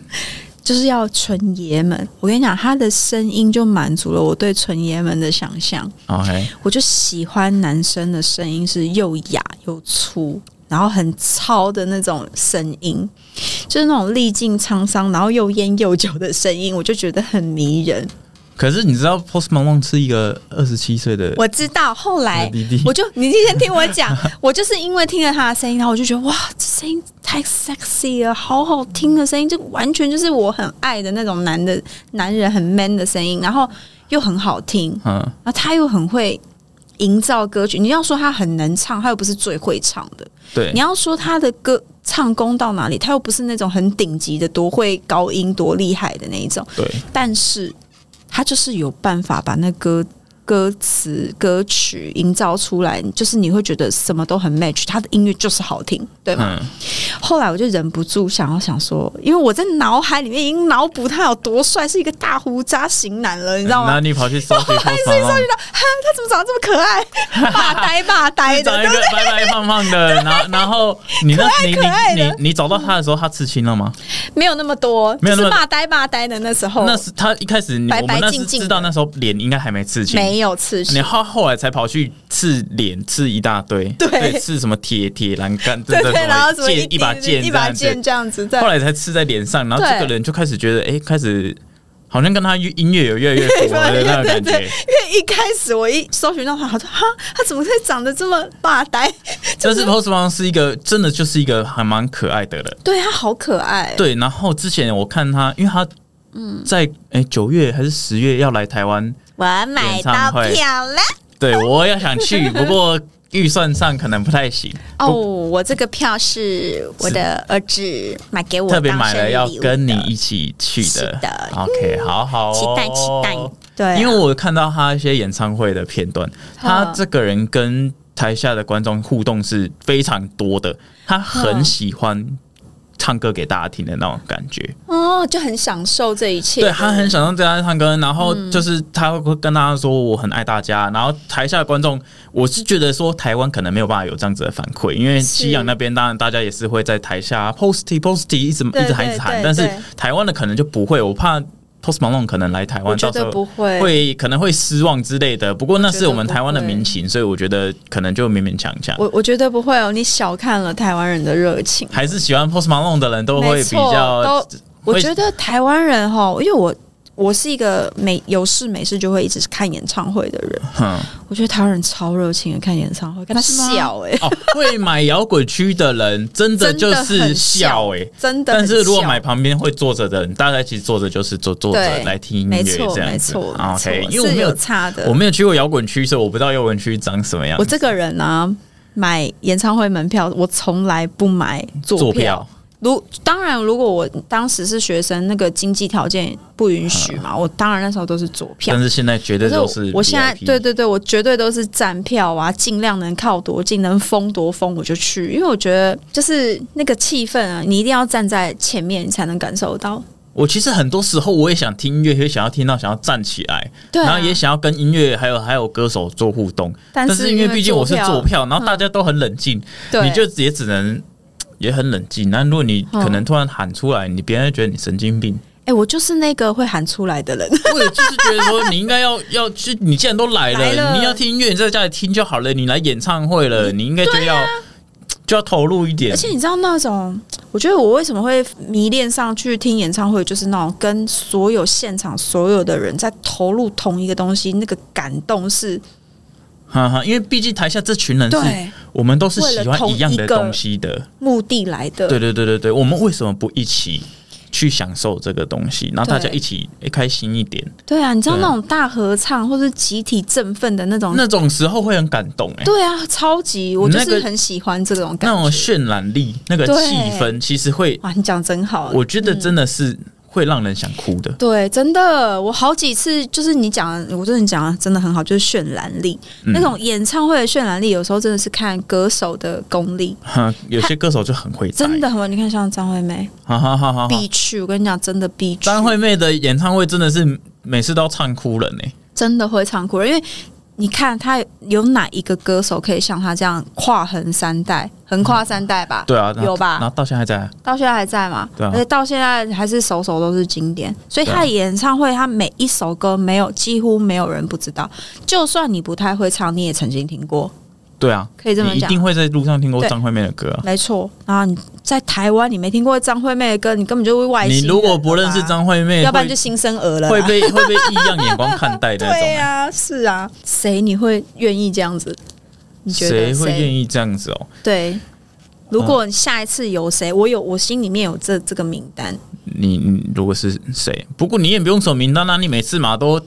就是要纯爷们。我跟你讲，他的声音就满足了我对纯爷们的想象。
OK，
我就喜欢男生的声音是又哑又粗，然后很糙的那种声音，就是那种历尽沧桑，然后又烟又酒的声音，我就觉得很迷人。
可是你知道 Post Malone 是一个二十七岁的
我知道，后来
我的弟弟
[LAUGHS] 我就你今天听我讲，我就是因为听了他的声音，然后我就觉得哇，这声音太 sexy 了，好好听的声音，就完全就是我很爱的那种男的男人很 man 的声音，然后又很好听，
嗯
然后他又很会营造歌曲。你要说他很能唱，他又不是最会唱的；
对
你，要说他的歌唱功到哪里，他又不是那种很顶级的多会高音多厉害的那一种，
对，
但是他就是有办法把那歌歌词、歌曲营造出来，就是你会觉得什么都很 match，他的音乐就是好听，对吗？
嗯，
后来我就忍不住想要想说，因为我在脑海里面已经脑补他有多帅，是一个大胡渣型男了，你知道吗？
那你跑去搜寻
还
后
是
场
说
啊
遇，到，哈，他怎么长得这么
[LAUGHS]
可爱，霸呆霸呆
找一
的，
个白白胖胖的，然
[LAUGHS]
后然后你那你
可爱
你
的
你你找到他的时候，他刺青了吗？
没有那么多，
没有
就
那么
是霸呆霸呆的那时候，
那是他一开始你
哦白
我们那
白
是
净净的
知道那时候脸应该还没刺青，
没有刺
你
青，
后后来才跑去刺脸，刺一大堆，
对
刺什么铁铁栏杆，
对对，然后
什
什
么
么
剑
一
把剑
一
这
把
样
剑
子，
这样子，
后
在
来才刺在脸上，然后
对
这个人就开始觉得，哎，开始好像跟他音乐有越来越符合的
[LAUGHS] 对
那种 [LAUGHS]
对
感
对，
觉，
因为一开始我一搜寻到他，我说哈，他怎么会长得这么霸
[LAUGHS]
呆？
但是 Post Malone 是一个真的就是一个还蛮可爱的 [LAUGHS] 人，
对他好可爱，
对。然后之前我看他，因为他在哎九月还是十月要来台湾，
我要买
演唱
到
会
票了。
对我也想去，不过预算上可能不太行。
哦，我这个票是我的儿子买给我
特别
当
买
生
了
日
要
礼物
跟你
的
一起去
是
的。
的
OK，好好哦、
期待期待，对啊、
因为我看到他一些演唱会的片段，
嗯
他这个人跟台下的观众互动是非常多的，他很
嗯
喜欢唱歌给大家听的那种感觉。
哦，就很享受这一切。
对他很想让大家唱歌，然后就是他会跟大家说我很爱大家，然后台下的观众，我是觉得说台湾可能没有办法有这样子的反馈，因为西洋那边当然大家也是会在台下 posty posty 一直
对
一直喊一直喊，
对对
但是
对
台湾的可能就不会，我怕 post Malone 可能来台
我
湾
觉
到时
得
候
不。会，
会可能会失望之类的，不过那是我们台湾的
我觉得不会
民情，所以我觉得可能就勉勉强强。
我我觉得不会哦。你小看了台湾人的热情，
还是喜欢 Post Malone 的人都会
没
比
错，
较
都我
会
觉得台湾人哈，因为我我是一个没有事没事就会一直看演唱会的人，
哼。
我觉得台湾人超热情的看演唱会，跟他
是吗
笑哎、
哦，会买摇滚区的人真的就
真的
是
很
笑
笑
哎、
真的很
但
笑。
是如果买旁边会坐着的人，大家一起坐着就是坐坐着
对
来听音乐
没
这
错
样
没
子。
错
啊
没错
OK，因为我
是
没
有
有
差
我
的。
没有去过摇滚区，所以我不知道摇滚区长什么样
我。这个人啊，买演唱会门票我从来不买
坐
坐票。如当然，如果我当时是学生，那个经济条件不允许嘛，我当然那时候都是左
嗯
票
但。是现在绝对都
可
是
我我现在
VIP
对对对，我绝对都是站票啊，尽量能靠多近，能封多封我就去，因为我觉得就是那个气氛啊，你一定要站在前面，你才能感受到。
我其实很多时候我也想听音乐，也想要听到想要站起来，
对、啊，
然后也想要跟音乐还有还有歌手做互动。
但
但是因为毕竟我是坐
坐，
票，然后大家都很冷静，
嗯对，
你就也只能也很冷静。那如果你可能突然喊出来，你别人会觉得你神经
[LAUGHS]
病。
哎、我就是那个会喊出来的人。
我也就是觉得说，你应该要要去，你既然都来了，
来了嗯
你要听音乐，你在家里听就好了。你来演唱会了，你应该就要、就要投入一点
啊而。且你知道那种，我觉得我为什么会迷恋上去听演唱会，就是那种跟所有现场所有的人在投入同一个东西，那个感动是
哈哈，因为毕竟台下这群人是，
对
我们都是喜欢一样的东西的。
目的来的。
对对对对对，我们为什么不一起去享受这个东西？然后大家
对
一起、诶开心一点，
对啊，你知道
对啊
那种大合唱或是集体振奋的那种，
那种时候会很感动哎、诶
对啊，超级，我就
那个
是很喜欢这种感
那
觉。
种渲染力，那个
对
气氛，其实会，
哇，你讲真好，
我觉得真的是会让人想哭的。
对，真的，我好几次就是你讲的，我真的讲的真的很好，就是渲染力、
嗯
那种演唱会的渲染力，有时候真的是看歌手的功力，
哈，有些歌手就很会带
真的很。你看像张惠妹，
哈哈啊哈哈！
必去，我跟你讲，真的必去，
张惠妹的演唱会真的是每次都要唱哭人呢、
真的会唱哭人，因为你看她有哪一个歌手可以像她这样跨横三代，横跨三代吧？
对啊，
有吧
然后到现在还在啊，
到现在还在嘛？
对啊
而且到现在还是首首都是经典，所以
对啊
他的演唱会，他每一首歌没有几乎没有人不知道，就算你不太会唱，你也曾经听过，
对啊，
可以这么
你一
讲
定。会在路上听过
对
张惠妹的歌啊。
没错，然后你在台湾你没听过张惠妹的歌，你根本就是外星人
你如果不
了
认
吧
识，张惠妹，
要不然就
会
新生儿了啦。
会被会被异样眼光看待的那种
[LAUGHS] 对
欸。
啊，是啊，谁你会愿意这样子？你觉
谁
得
会愿
意？
意这样子哦？
对，如果下一次有谁，我有我心里面有这这个名单，
你你如果是谁？不过你也不用什么名单啊，你每次嘛都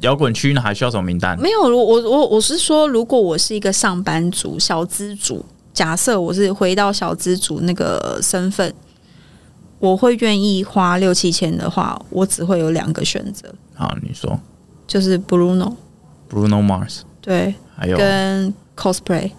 摇滚区，那还需要什么名单？
没有，如我我我是说，如果我是一个上班族、小资族，假设我是回到小资族那个身份，我会愿意花六七千的话，我只会有两个选择，
好，你说
就是 Bruno
Bruno Mars，
对，
还有
跟 cosplay，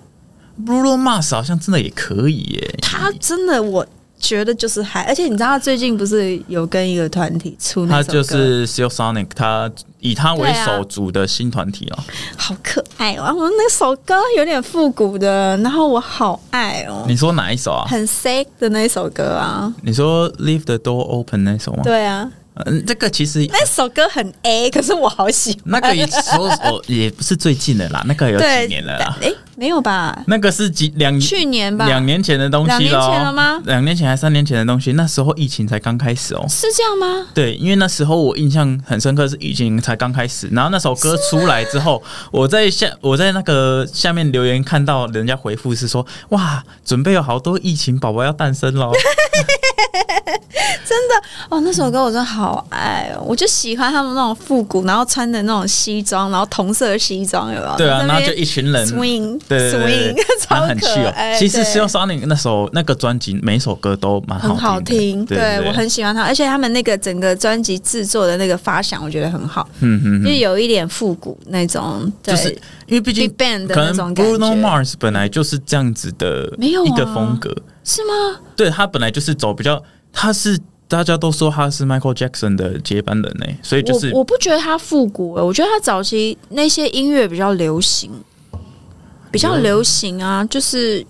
Bruno Mars 好像真的也可以耶。
他真的我觉得就是还，而且你知道他最近不是有跟一个团体出那
他
首歌，
就是 Seal Sonic，他以他为
对啊
首组的新团体哦了。
好可爱哦，然后那首歌有点复古的，然后我好爱哦，
你说哪一首啊？
很 sick 的那首歌啊，
你说 Leave the Door Open 那首吗？
对哎啊，
嗯，这个其实
那首歌很 A，可是我好喜欢。
那个也说哦，也不是最近的啦，那个有几
对，
年了啦。
哎、没有吧？
那个是几两
去年吧？
啊两年前的东西
两年前
了
了吗
两年前还三年前的东西，那时候疫情才刚开始哦。
是这样吗？
对，因为那时候我印象很深刻，是疫情才刚开始，然后那首歌出来之后，我在下我在那个下面留言看到人家回复是说，哇，准备有好多疫情宝宝要诞生
[LAUGHS]
喽。
哦，那首歌我真的好爱哦！我就喜欢他们那种复古，然后穿的那种西装，然后同色西装，有没有？
对啊，然
在那
后
边
就一群人
swing
对对对
swing，
然
超
后很
可
chill
爱。
其实 s i l
对
Sonic 那首那个专辑每首歌都蛮
很好听，
听的，
对
对
我很喜欢他，而且他们那个整个专辑制作的那个发想，我觉得很好，
嗯嗯，
就
嗯
是有一点复古那种，对，
就是因为毕竟
Big Band 的
可
那种
能
感觉
Bruno Mars 本来就是这样子的
没有啊
一个风格，
是吗？
对他本来就是走比较，他是大家都说他是 Michael Jackson 的接班人呢、欸所以就是
我我不觉得他复古、欸，我觉得他早期那些音乐比较流行，比较
嗯
流行啊，就是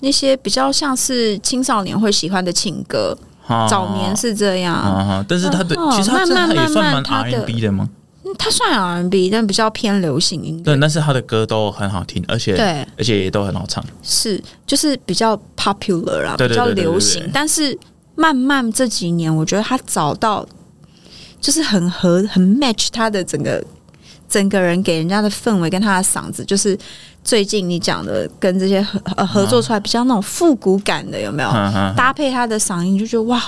那些比较像是青少年会喜欢的情歌，
啊
早年是这样。
啊啊，但是他的
然后
其实他真
慢慢
的也算蛮
慢慢他的
R&B 的吗？
嗯他算 R&B，但比较偏流行音乐。
对，但是他的歌都很好听，而且
对，
而且也都很好唱。
是就是比较 popular 啊，
对对对
比较流
对
行
对对。
但是慢慢这几年，我觉得他找到就是很合、很 match 他的整个整个人给人家的氛围跟他的嗓子，就是最近你讲的跟这些合呃合作出来比较那种复古感的，有没有？
嗯嗯，
搭配他的嗓音，就觉得哇，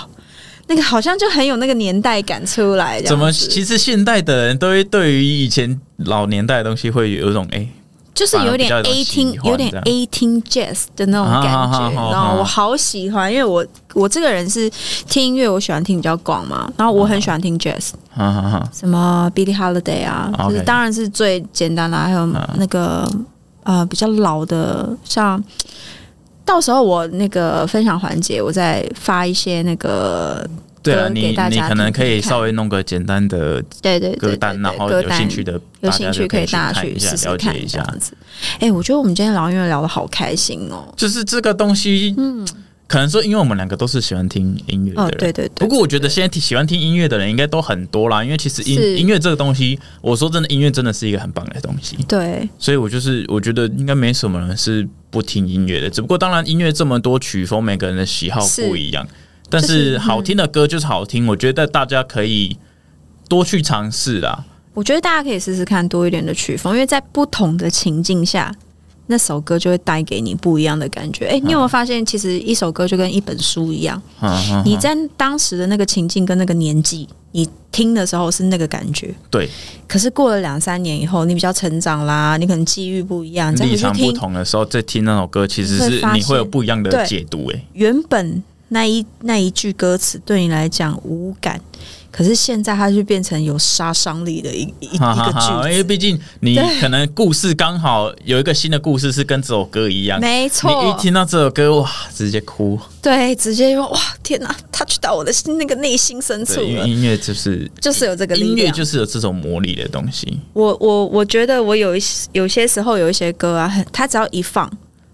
那个好像就很有那个年代感出来。这样
怎么？
子
其实现代的人都会对于以前老年代的东西会有一种哎、
就是有点
反而比较有
eighteen，
喜欢
有点
这样
eighteen jazz 的那种感
啊好
觉
好，好
然
好
后我好喜欢，因为我我这个人是听音乐，我喜欢听比较广嘛，然后我
啊
很喜欢听 jazz，
哈哈哈，
什么 Billie Holiday 啊，
OK 啊
就是当然是最简单啦，还有那个呃比较老的，像到时候我那个分享环节，我再发一些那个，
对啊，
歌给
你
大家
你可能可
听
以
听看
稍微弄个简单的
对对对
歌
对
单，然
对，
后
歌
有兴
单
趣的
有
大
兴
家
趣
就
可
可
以
以
大家
看
去
一
试
下，
试
了
看
解一
这
下。
样子。哎、我觉得我们今天聊音乐聊的好开心哦。
就是这个东西，嗯，可能说因为我们两个都是喜欢听音乐
哦
的，人，
对对对，
不过我觉得现在听喜欢听音乐的人应该都很多啦，因为其实音
是
音乐这个东西，我说真的，音乐真的是一个很棒的东西，
对，
所以我就是我觉得应该没什么人是不听音乐的，只不过当然音乐这么多曲风，每个人的喜好
是
不一样，但
就是
是
嗯
好听的歌就是好听，我觉得大家可以多去尝试啊啦。
我觉得大家可以试试看多一点的曲风，因为在不同的情境下，那首歌就会带给你不一样的感觉。哎、你有没有发现，其实一首歌就跟一本书一样，
嗯嗯，
你在当时的那个情境跟那个年纪，你听的时候是那个感觉，
对，
可是过了两三年以后，你比较成长啦，你可能际遇不一嗯样，你再
立
回去
场不
听
同的时候，再听那首歌，其实
会
是
发
你会有
现
不一样的
对
解读、欸。哎，
原本那一那一句歌词对你来讲无感，可是现在它就变成有杀伤力的一一一
哈哈
个
哈，因
句
为
子。
毕竟你
对
可能故事刚好有一个新的故事是跟这首歌一样，
没错，
你一听到这首歌，哇，直接哭。
对，直接说哇，天哪，touch 到我的心那个内心深处
对，因为
了，
音乐就是
就是有这个力
音乐
量。
就是有这种魔力的东西。
我我我觉得我有一些有些时候有一些歌啊，很它只要一放，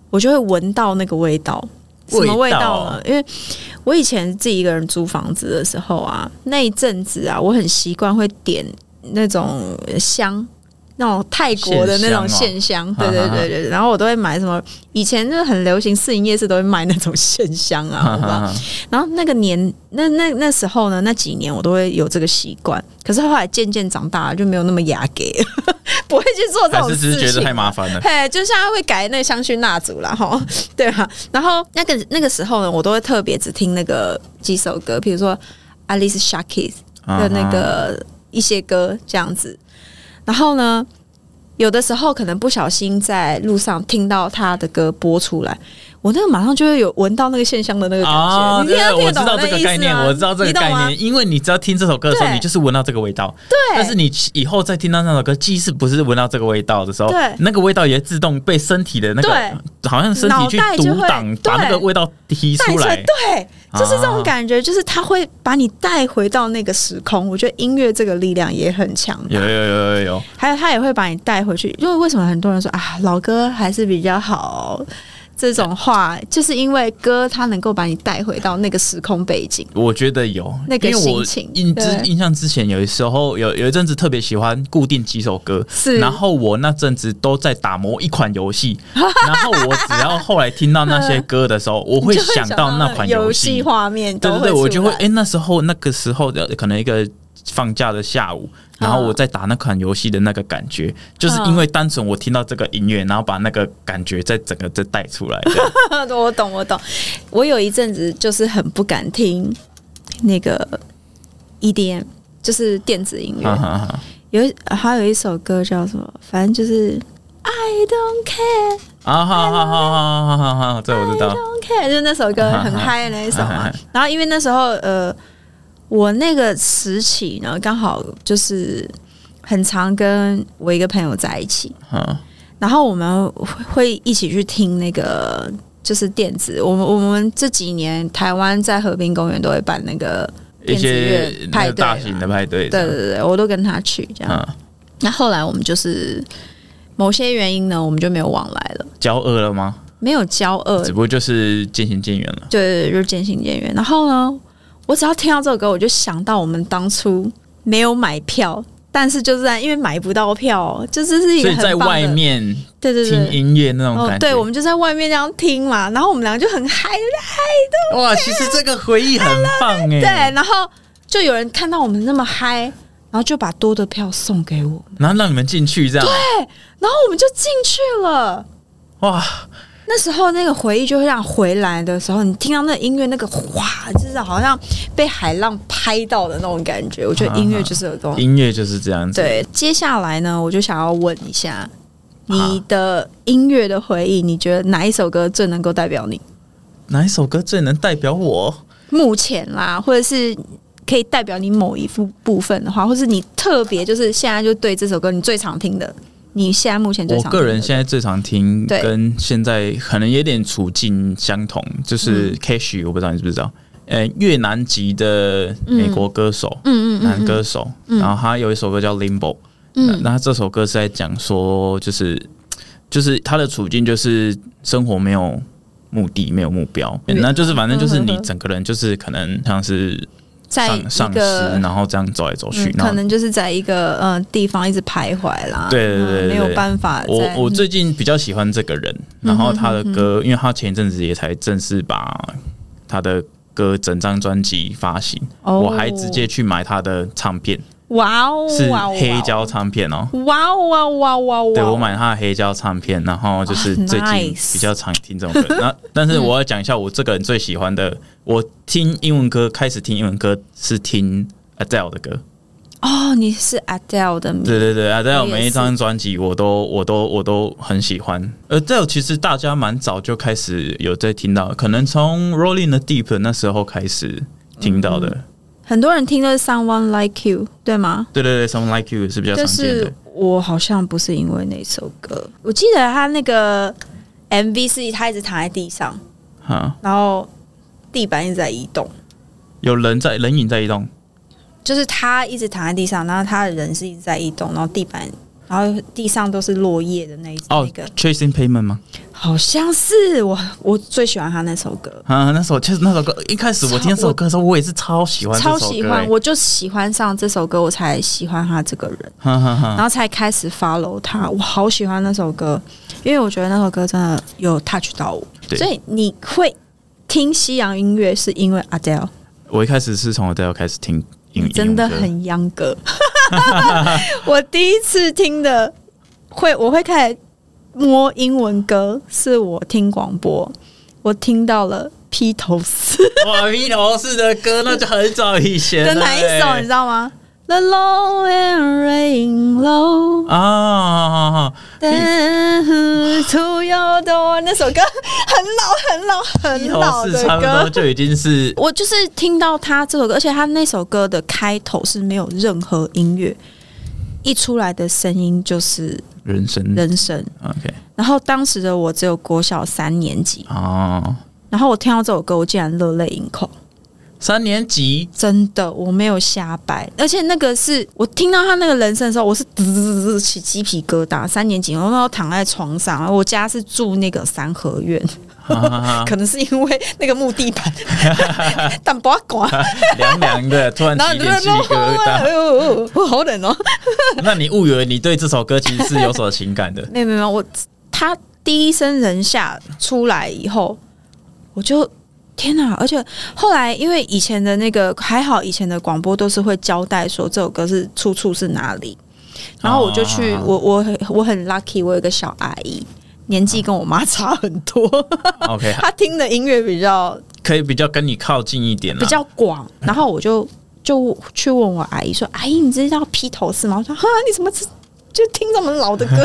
我就会闻到那个味道。什么味
味
道
道
呢？因为我以前自己一个人租房子的时候啊，那一阵子啊，我很习惯会点那种香，那种泰国的那种线
线
香，
哦
对对对对。对然后我都会买什么，以前就是很流行，市营夜市都会卖那种线香啊，
哈
好不好？
哈哈，
然后那个年，那那那时候呢，那几年我都会有这个习惯，可是后来渐渐长大了，就没有那么雅给， [LAUGHS] 不会去做这
还
种
是只
事
是觉得
情
太。麻烦了。
嘿，就像他会改那个香薰蜡烛啦，哈， [LAUGHS] 对啊。然后那个那个时候呢，我都会特别只听那个几首歌，比如说 Alice Shakis
嗯
的那
啊
个一些歌这样子。然后呢，有的时候可能不小心在路上听到他的歌播出来，我那个马上就会有闻到那个线香的那个感觉。
啊，
你
对
听得
对，我
听
知
得
道
懂
这
那
个
意
概
思
念，
吗？
我知道这个
你懂
概
吗
念，因为你只要听这首歌的时候，
对
你就是闻到这个味道。
对，
但是你以后再听到那首歌，即使不是闻到这个味道的时候，
对
那个味道也自动被身体的那个，
对
好像身体去
脑袋就
阻
会
挡，
对
把那个味道提
带
出来。
对，就是这种
啊
感觉，就是它会把你带回到那个时空。我觉得音乐这个力量也很强大
有有有有有，
还有它也会把你带回去。因为为什么很多人说啊，老歌还是比较好？这种话就是因为歌它能够把你带回到那个时空背景。
我觉得有，
那个
因为我
心情
印之
对
印象之前有时候有有一阵子特别喜欢固定几首歌，
是
然后我那阵子都在打磨一款游
[LAUGHS]
戏，然后我只要后来听到那些歌的时候，我会
你就会
想到那款
游
戏
戏。画面都
对
出
对
来，
对，我就会哎、诶那时候那个时候的可能一个放假的下午，然后我在打那款游戏的那个感觉，就是因为单纯我听到这个音乐，然后把那个感觉再整个再带出来。这样
[LAUGHS] 我懂，我懂。我有一阵子就是很不敢听那个 EDM，就是电子音乐。
哈哈哈
有一还有一首歌叫什么？反正就是 I don't care,
啊，好好好好好好好，这我知
I
道。
don't care，就是那首歌很嗨的那一首
啊啊啊
嘛
啊。
然后因为那时候呃，我那个时期呢，刚好就是很常跟我一个朋友在一起，
嗯，
然后我们会会一起去听那个就是电子。我们我们这几年台湾在河滨公园都会办那个
一
电子
些
乐派对啊
大型的派对这
对
样，
对对，我都跟他去这样。
嗯，
那后来我们就是某些原因呢，我们就没有往来了，
交恶了吗？
没有交恶
只，不过就是渐行渐远了。
对对对，就是渐行渐远。然后呢，我只要听到这首歌，我就想到我们当初没有买票，但是就是在因为买不到票，就这是一
所
个
以
很
在
棒的
外，面
对对
听
对。
音乐那种感觉，
对，我们就在外面这样听嘛，然后我们俩就很嗨，
哇，其实这个回忆很棒哎。
对，然后就有人看到我们那么嗨，然后就把多的票送给我，
然后让你们进去这样，
然后我们就进去了。
哇，
那时候那个回忆就会让回来的时候，你听到那音乐那个哗，就是好像被海浪拍到的那种感觉。我觉得音
啊
乐就是有这种。
音乐就是这样子。
哦对，接下来呢，我就想要问一下你的音乐的回忆，你觉得哪一首歌最能够代表你？
哪一首歌最能代表我？
目前啦，或者是可以代表你某一部部分的话，或是你特别就是现在就对这首歌你最常听的，你现在目前最
我
常听
个
的
人现在最常听，
对
跟现在可能有点处境相同，
嗯
就是 Cash，我不知道你知不知道，呃，越南籍的美国歌手，
嗯嗯嗯
男歌手，然后他有一首歌叫 Limbo，那那他这首歌是在讲说，就是就是他的处境就是生活没有目的，没有目标，
嗯
那就是反正就是
嗯
你
嗯嗯
整个人就是可能像是
在
丧
一
丧失，
个
然后这样走来走去
嗯，，
然
可
后
能就是在一个呃地方一直徘徊啦，
对对对
嗯没
对
有
对
办法在。嗯
我我最近比较喜欢这个人，然后他的歌，因为他前一阵子也才正式把他的歌整张专辑发行，
哦
我还直接去买他的唱片，
哇哦，
是
哇哦
黑，胶唱片哦。
哇哦哇哦哇哦哇哦，
对，我买他的黑胶唱片，然后就是
啊
最近
nice 嗯
比较常听这种歌。那但是我要讲一下，我这个人最喜欢的，我听英文歌开始听英文歌是听 Adele 的歌。
哦，你是 Adele 的迷，
对对对，Adele
我也
每一
是
张专辑我都我都我都很喜欢。Adele 其实大家蛮早就开始有在听到，可能从 Rolling the Deep 那时候开始听到的。
嗯很多人听都是 Someone Like You，对吗？
对对对，Someone Like You 是比较常
但
见
是
的。
我好像不是因为那首歌，我记得他那个 MV 是他一直躺在地上，
哈，
然后地板一直在移动，
有人在人影在移动，
就是他一直躺在地上，然后他的人是一直在移动，然后地板。然后地上都是落叶的那一、
哦
那个，
，Chasing Payment 吗？
好像是我我最喜欢他那首歌，
啊，那首确实那首歌，一开始我听那首歌的时候，我也是超喜欢这首
超
歌、
喜欢，
欸
我就喜欢上这首歌，我才喜欢他这个人，
哈哈哈，
然后才开始 follow 他。我好喜欢那首歌，因为我觉得那首歌真的有 touch 到我。
对
所以你会听西洋音乐是因为 Adele，
我一开始是从 Adele 开始听英
你
文，
真的
英文歌
很秧歌。 [LAUGHS] 我第一次听的会，我会开始摸英文歌，是我听广播，我听到了披头士。
哇，披头士的歌那就很早以前
的
了
[LAUGHS] 哪一首
欸
你知道吗？ The low and rain low
啊啊啊啊！
down to your door 那首歌很老很
一
老很
头
老
哦是
的
差不多
歌。
就已经是
我就是听到他这首歌，而且他那首歌的开头是没有任何音乐，一出来的声音就是
人生
人声。
OK
然后当时的我只有国小三年级，
啊，
然后我听到这首歌，我竟然热泪盈眶。
三年级
真的，我没有瞎掰，而且那个是我听到他那个人声的时候，我是滋滋滋起鸡皮疙瘩。三年级，然后躺在床上，然后我家是住那个三合院， [LAUGHS] 可能是因为那个木地板， [LAUGHS] 但不要管。
凉凉
[LAUGHS]
的，突然
然后
起
你
一
就
点鸡皮疙瘩。
哎呦，我好冷哦。
那你误以为你对这首歌其实是有所情感的
没有没有没有，我他第一声人下出来以后，我就天哪！而且后来因为以前的那个还好，以前的广播都是会交代说这首歌是出处是哪里，然后我就去，
啊
我我很我很 lucky，我有一个小阿姨。年纪跟我妈差很多， [LAUGHS]
哦？OK，
她听的音乐比较
可以比较跟你靠近一点啦
比较广，然后我就就去问我阿姨说：“阿姨，你知道披头士吗？”我说：“哈，你怎么知就听这么老的歌？”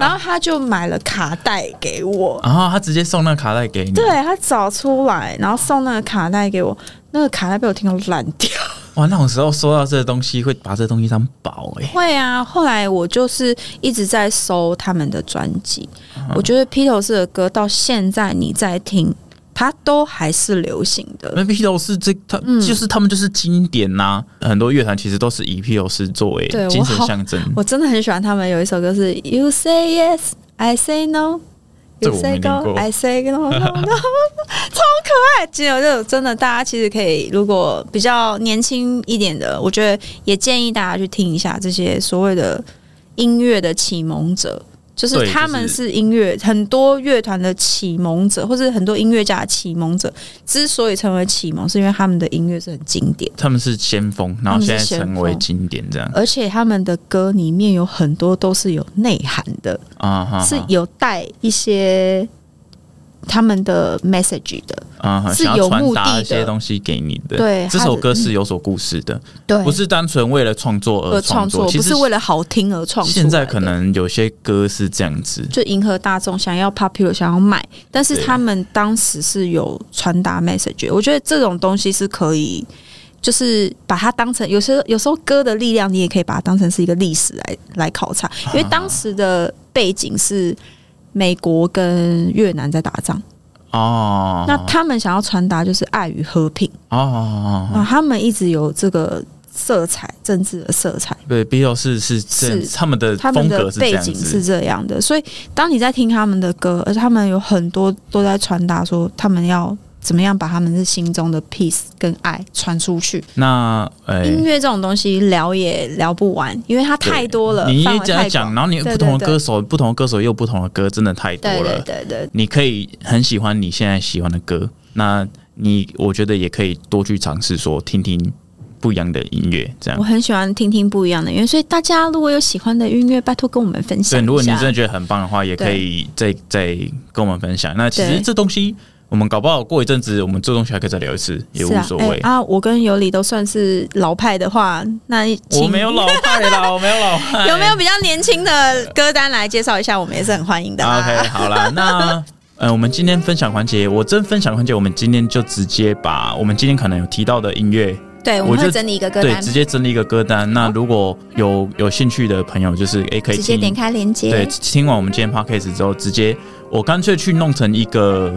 然后她就买了卡带给我，
然哦后他直接送那卡带给你，
对她找出来，然后送那个卡带给我，那个卡带被我听到烂掉。
哇，那种时候收到这个东西，会把这东西当宝哎、
会啊，后来我就是一直在搜他们的专辑，我觉得披头士的歌到现在你在听，它都还是流行的。
那披头士这他、
嗯
就是他们就是经典呐、很多乐团其实都是以披头士作为
对我
精神
好
象征。
我真的很喜欢他们有一首歌是 You say yes, I say no。
这
You
个我没
say
听
go,
过
I say no, no, no，超 [LAUGHS] 可爱。只有这种真的，大家其实可以，如果比较年轻一点的，我觉得也建议大家去听一下这些所谓的音乐的启蒙者，就是
对
他们是音乐很多乐团的启蒙者，或者很多音乐家的启蒙者。之所以成为启蒙，是因为他们的音乐是很经典。
他们是先锋，然后现在成为经典这样
而且他们的歌里面有很多都是有内涵的，
啊哈，
是有带一些他们的 message 的。
啊哈，
是
想要
有
传
目的
达
的
一些东西给你的。
对
这
它
首
的
歌是有所故事的，
对
不是单纯为了创作
而
而
创
作。
作，
其
不
实
是为了好听而创作。
现在可能有些歌是这样子，
就迎合大众，想要 popular，想要卖，但是
对
他们当时是有传达 message。我觉得这种东西是可以。就是把它当成有时候有时候歌的力量，你也可以把它当成是一个历史来来考察，
啊
因为当时的背景是美国跟越南在打仗，
哦，
那他们想要传达就是爱与和平，
哦，
啊，他们一直有这个色彩，政治的色彩。
对，B 头是是这
是
他们的
他
风
们
格
的
是这
背
样
景
子
是，这样的，所以当你在听他们的歌，而且他们有很多都在传达说他们要怎么样把他们是心中的 peace 跟爱传出去。
那哎，
音乐这种东西聊也聊不完，因为它
对
太多了，
你
范
一
围
这样
太
讲，
广。
然后你有
对
不同的
对
歌手，不同的歌手又有不同的歌，真的太多
对对
了。
对对，
你可以很喜欢你现在喜欢的歌，那你我觉得也可以多去尝试说听听不一样的音乐，这样
我。很喜欢听听不一样的音乐，所以大家如果有喜欢的音乐，拜托跟我们分享
所
一
以，
下。
如果你真的觉得很棒的话，也可以再再跟我们分享。那其实
对
这东西，我们搞不好过一阵子，我们这东西还可以再聊一次，也
是
无
啊
所
哎
谓。
啊，我跟尤里都算是老派的话，那
我
请
没有老派
[LAUGHS]
啦，我没有老派。
有没有比较年轻的歌单来介绍一下？我们也是很欢迎的啦。
啊 OK，好啦，那。呃，我们今天分享环节，我真分享环节，我们今天就直接把我们今天可能有提到的音乐，
对，
我
我们
就
会整理一个歌
对，
单，
直接整理一个歌单。那如果有有兴趣的朋友，就是诶可以
直接
听
点开链
对，
接
听完我们今天 podcast 之后，直接我干脆去弄成一个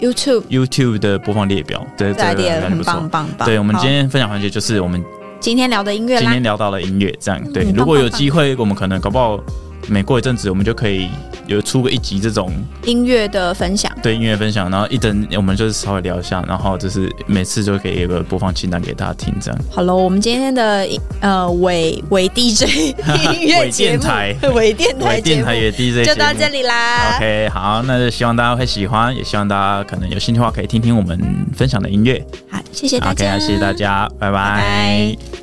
，YouTube
YouTube 的播放列表，对，
这 idea
个还
很
不
棒
错。
棒棒。
对，我们
好
今天分享环节就是我们
今天聊的音乐
今
啦
天，聊到了音乐，这样对。
嗯
如果有
棒棒棒
机会，我们可能搞不好每过一阵子，我们就可以有出个一集这种
音乐的分享，
对音乐分享，然后一整我们就是稍微聊一下，然后就是每次就可以有个播放清单给大家听，这样。
好了，我们今天的呃伪伪 DJ
[LAUGHS]
音乐节
伪电
目
台，
[LAUGHS] 伪电台
为
节
电
目
台也 DJ
就到
节目
这里啦。
OK，好，那就希望大家会喜欢，也希望大家可能有兴趣的话，可以听听我们分享的音乐。
好，谢谢大
OK，
家，
谢谢大。家，拜
拜
拜
拜